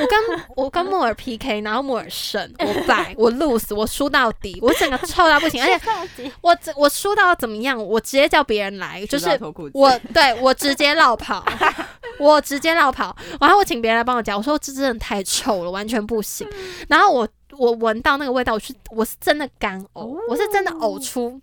*laughs* 我跟 *laughs* 我跟木耳 PK，然后木耳胜，我 *laughs* 败，我 lose，我输到底，我整个臭到不 *laughs* 行，而且且我只我输到怎么样，我直接叫别人来，就是吃到脱裤子我对我直接绕跑， *laughs* 我直接绕跑，然后我请别人来帮我夹，我说这真的太臭了，完全不行。嗯然后我我闻到那个味道，我是我是真的干呕，我是真的呕出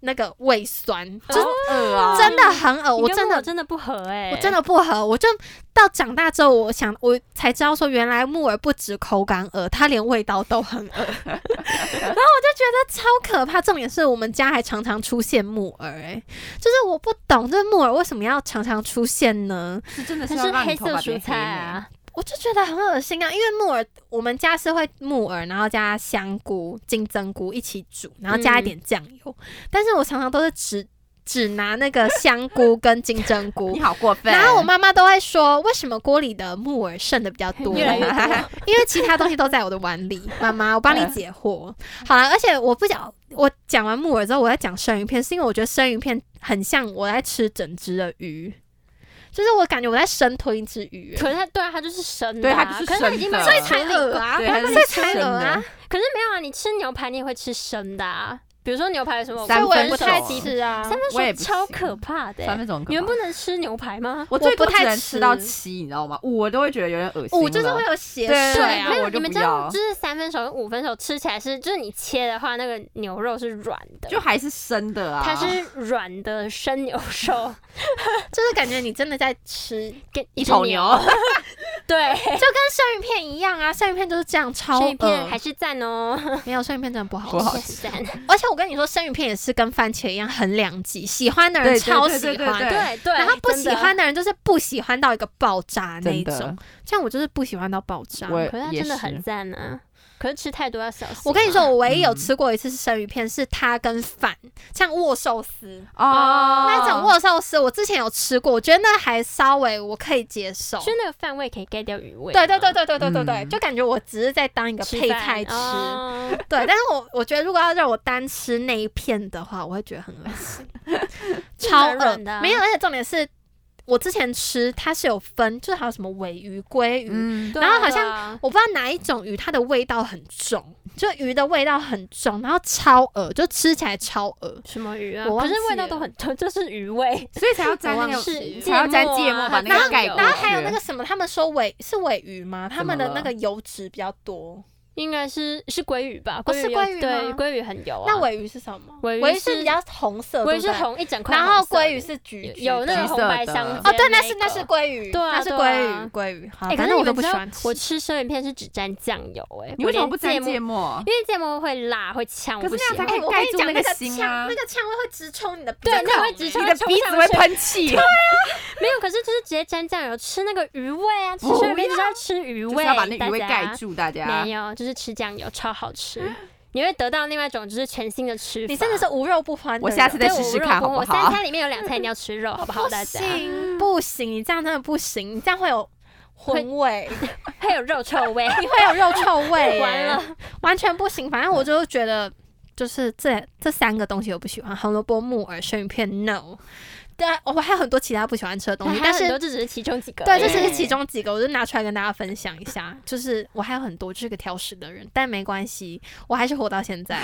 那个胃酸，就哦是饿啊，真的很呕，你我跟真的真的不合哎、我真的不合，我就到长大之后，我想我才知道说，原来木耳不止口感恶，它连味道都很恶。 *laughs* 然后我就觉得超可怕，重点是我们家还常常出现木耳、欸，就是我不懂这木耳为什么要常常出现呢？是真的它是要是让你黑头色发变蔬菜黑啊，我就觉得很恶心啊，因为木耳我们家是会木耳，然后加香菇、金针菇一起煮，然后加一点酱油，但是我常常都是只只拿那个香菇跟金针菇莓。你好过分！然后我妈妈都会说，为什么锅里的木耳剩的比较多？越来越多 *laughs* 因为其他东西都在我的碗里。妈妈，我帮你解惑。好了，而且我不讲，我讲完木耳之后，我在讲生鱼片，是因为我觉得生鱼片很像我在吃整只的鱼，就是我感觉我在生吞一只鱼，可是它对啊，它就是生的、啊，对它就是可是它已生经的把所以它才处理恶过啊对，还是所以才生恶的啊。可是没有啊，你吃牛排你也会吃生的啊，比如说牛排有什么三所以我也分不熟太啊吃啊。三分我也熟不超行可怕的欸、三分钟很可怕，你们不能吃牛排吗？我最我不多太只能吃到吃七，你知道吗？五我都会觉得有点恶心了。我就是会有血对水啊那没。有，我就你们不知道要就是三分熟跟五分熟吃起来是，就是你切的话，那个牛肉是软的，就还是生的啊，它是软的生牛肉， *laughs* 就是感觉你真的在吃，跟一只头牛，对，就跟生鱼片一样啊，生鱼片就是这样超生鱼片恶还是赞哦，没有生鱼片真的不好不吃 *laughs* 好。谢谢赞，而且我跟你说，生鱼片也是跟番茄一样很两极，喜欢的人对对超对喜对对欢，对对对，然后不真喜的欢，的人就是不喜欢到一个爆炸那真一的种。。像我就是不喜欢到爆炸。我我也可是它也真的是很赞啊，可是吃太多要小心啊。跟你说，我唯一有嗯吃过一次是生鱼片，是它跟饭，像握寿司、哦，那种握寿司，我之前有吃过，我觉得那还稍微我可以接受。就那个饭味可以盖掉鱼味吗，对对对对对对对对，嗯就感觉我只是在当一个吃配饭菜吃，哦对。但是我我觉得如果要让我单吃那一片的话，我会觉得很恶 *laughs* 心，超软恶软的啊没有，而且重点是我之前吃它是有分，就是还有什么尾鱼、鲑鱼，嗯，对然后啊好对像啊我不知道哪一种鱼，它的味道很重，就鱼的味道很重，然后超恶，就吃起来超恶。什么鱼啊，我可忘是味记道都了很 *laughs* 重，就是鱼味，所以才要沾那忘个，是才要沾芥芥末末啊把那个然后盖有过去。然后还有那个什么，他们说尾是尾鱼吗？他们的怎么那了个油脂比较多。应该是是鲑鱼吧？哦鲑鱼是有鲑鱼对吗鲑鱼很油啊，那尾鱼是什么？尾鱼尾鱼是是比较红色，鲑对鱼是不对，红一整块然红色的，后鲑鱼是橘橘有那的个橘红色白的相哦哦，对，那那是那是个鲑鱼，对啊那是对鲑啊鱼，鲑鱼。好，哎，可反是正你我们都不知喜道欢吃我。吃生鱼片是只沾酱油，哎，你我为什么连不沾芥末？末？因为芥末会辣会呛，我可不是喜那样才欢可。哎以我跟你盖住讲，那那个个心啊呛，那个呛味会直冲你的鼻对，孔，欸那会直冲你的鼻子会喷气，没有，可是就是直接沾酱油吃那个鱼味啊，吃不生鱼片就是要吃鱼就是味，要把那鱼味大家盖住，大家没。有，就是吃酱油超好吃，你会得到另外一种就是全新的吃法。你真的是无肉不欢的人。我下次再对试我试肉看不好不我好三餐里面有两餐一定要吃肉，好不好？大家行不行，你这样真的不行，你这样会有荤味，会有肉臭味。你会有肉臭味耶，完了， *laughs* 完全不行。反正我就觉得，就是这这三个东西我不喜欢，红萝卜、木耳、生鱼片，no。当然我还有很多其他不喜欢吃的东西，还但有很多是这只是其中几个对，而已，这嗯只是其中几个，我就拿出来跟大家分享一下。就是我还有很多就是个挑食的人，但没关系，我还是活到现 *laughs* 在。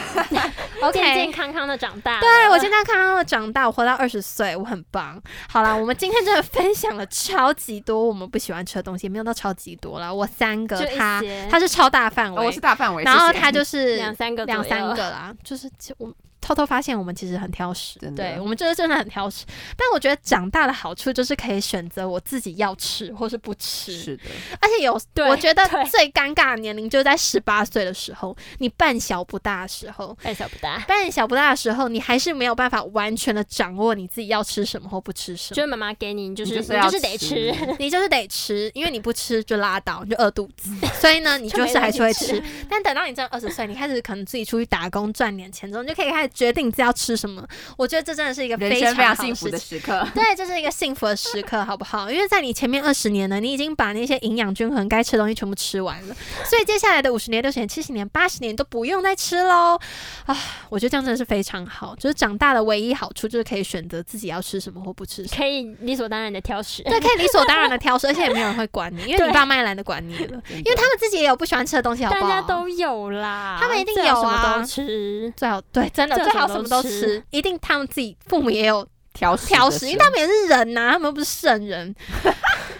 OK，健健康康的长大了。对我健健康康的长大，我活到二十岁，我很棒。好啦，我们今天真的分享了超级多我们不喜欢吃的东西，没有到超级多啦，我三个就，一他些他是超大范围，哦我是大范围，然后谢谢他就是两三个左右两三个啦，就是其实我偷偷发现我们其实很挑食，真的对我们就是真的很挑食。但我觉得长大的好处就是可以选择我自己要吃或是不吃，是的，而且有对我觉得对最尴尬的年龄就是在十八岁的时候，你半小不大的时候。哎，小不大，半小不大的时候，你还是没有办法完全的掌握你自己要吃什么或不吃什就么，是妈妈给你，你就是你就是你要就是得吃吃，你就是得吃，因为你不吃就拉倒，你就饿肚 *laughs* 子。所以呢，你就就没是还东是西会吃吃，但等到你真的二十岁，你开始可能自己出去打工赚点钱之后，你就可以开始决定自己要吃什么。我觉得这真的是一个人非生非常好幸福的事情。时刻。 *laughs* 对，这是一个幸福的时刻，好不好？因为在你前面二十年呢，你已经把那些营养均衡该吃的东西全部吃完了，所以接下来的五十年、六十年、七十年、八十年都不用再吃喽。啊，我觉得这样真的是非常好，就是长大的唯一好处就是可以选择自己要吃什么或不 *laughs* 吃什么。可以理所当然的挑食。对，可以理所当然的挑食，而且也没有人会管你，因为对你爸妈也懒得管你了，因因为他们自己也有不喜欢吃的东西，好不大好？家都有啦，他们一定这有什啊么都吃。最好对，真的最最好好什什么么都都吃吃，一定他们自己父母也有挑挑食，因食的时为候，他们也是人呐、他们又不是圣人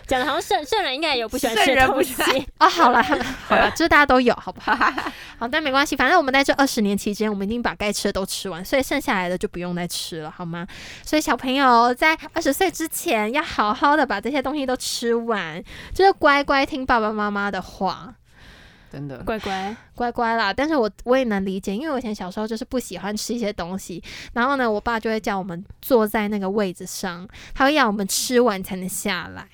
讲的好像圣圣人应该也有不喜欢吃圣的人东不西喜，哦。好了，他们好了，这大家都有，好不 *laughs* 好？好，但没关系，反正我们在这二十年期间，我们一定把该吃的都吃完，所以剩下来的就不用再吃了，好吗？所以小朋友在二十岁之前，要好好的把这些东西都吃完，就是乖乖听爸爸妈妈的话。真的乖乖， *laughs* 乖乖啦，但是我我也能理解，因为我以前小时候就是不喜欢吃一些东西，然后呢，我爸就会叫我们坐在那个位子上，他会要我们吃完才能下来。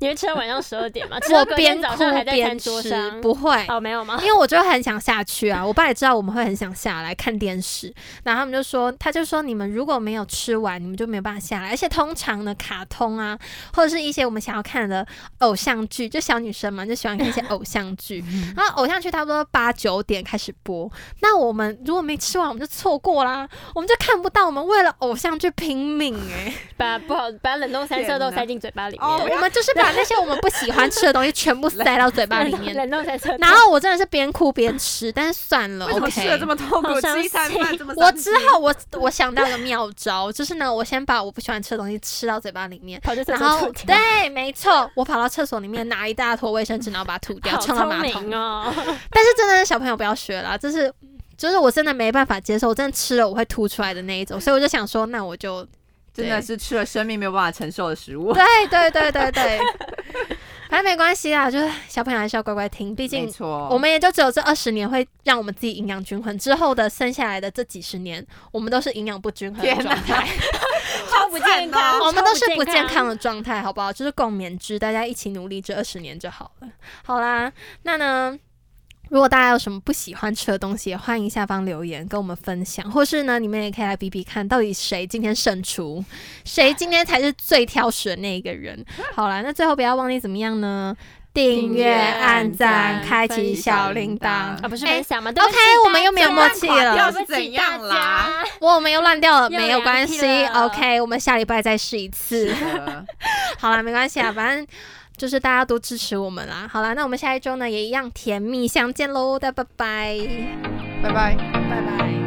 你会吃到晚上十二 *laughs* 点吗？吃到我隔边天哭早上还在边餐桌吃上，，不会，哦，没有吗 *laughs* 因？为我就很想下去啊。我爸也知道我们会很想下来看电视，然后他们就说，他就说你们如果没有吃完，你们就没有办法下来。而且通常呢，卡通啊，或者是一些我们想要看的偶像剧，就小女生嘛，就喜欢看一些偶像 *laughs* 剧。嗯然后偶像剧差不多八九点开始播，那我们如果没吃完，我们就错过啦，我们就看不到。我们为了偶像剧拼命诶、 *laughs* 把不好把冷冻三色豆塞进嘴巴里哦面，我们就是把那些我们不喜欢吃的东西全部塞到嘴巴里面。 *laughs* 冷冻三色豆，然后我真的是边哭边吃，但是算了 *laughs* 为什么，OK。吃的这么痛苦好？伤吃一餐饭这 *laughs* *laughs* 么我伤之心后我我想到个妙招，就是呢，我先把我不喜欢吃的东西吃到嘴巴里面，跑去厕然所后吐掉对，没错，我跑到厕所里面拿一大坨卫生纸，然后把它吐掉，好冲到马聪桶明。哦，但是真的小朋友不要学啦，这是就是我真的没办法接受，我真的吃了我会吐出来的那一种，所以我就想说，那我就 *laughs* 真的是吃了生命没有办法承受的食物。对对对对对，反正没关系啦，就是小朋友还是要乖乖听，毕没竟错，我们也就只有这二十年会让我们自己营养均衡，之后的剩下来的这几十年，我们都是营养不均衡的天状哪态， *laughs* 超不健哦康，哦 *laughs* 我们都是超不健康康。的状态，好不好？就是共勉之，大家一起努力这二十年就好了。好啦，那呢？如果大家有什么不喜欢吃的东西，也欢迎下方留言跟我们分享，或是呢，你们也可以来比比看，到底谁今天胜出，谁今天才是最挑食的那一个人。好啦，那最后不要忘记怎么样呢？订订阅、阅按赞、按赞开启分小享铃铛 *laughs* 啊啊，不是哎分享吗 OK，我们又没有默契了掉是怎样啦？我我们又乱掉了，又没有凉关皮系。了 OK，我们下礼拜再试一次。呃 *laughs* 好啦，没关系啊，反正就是大家多支持我们啦。好啦，那我们下一周呢也一样甜蜜相见喽，大家拜拜，拜拜。拜拜。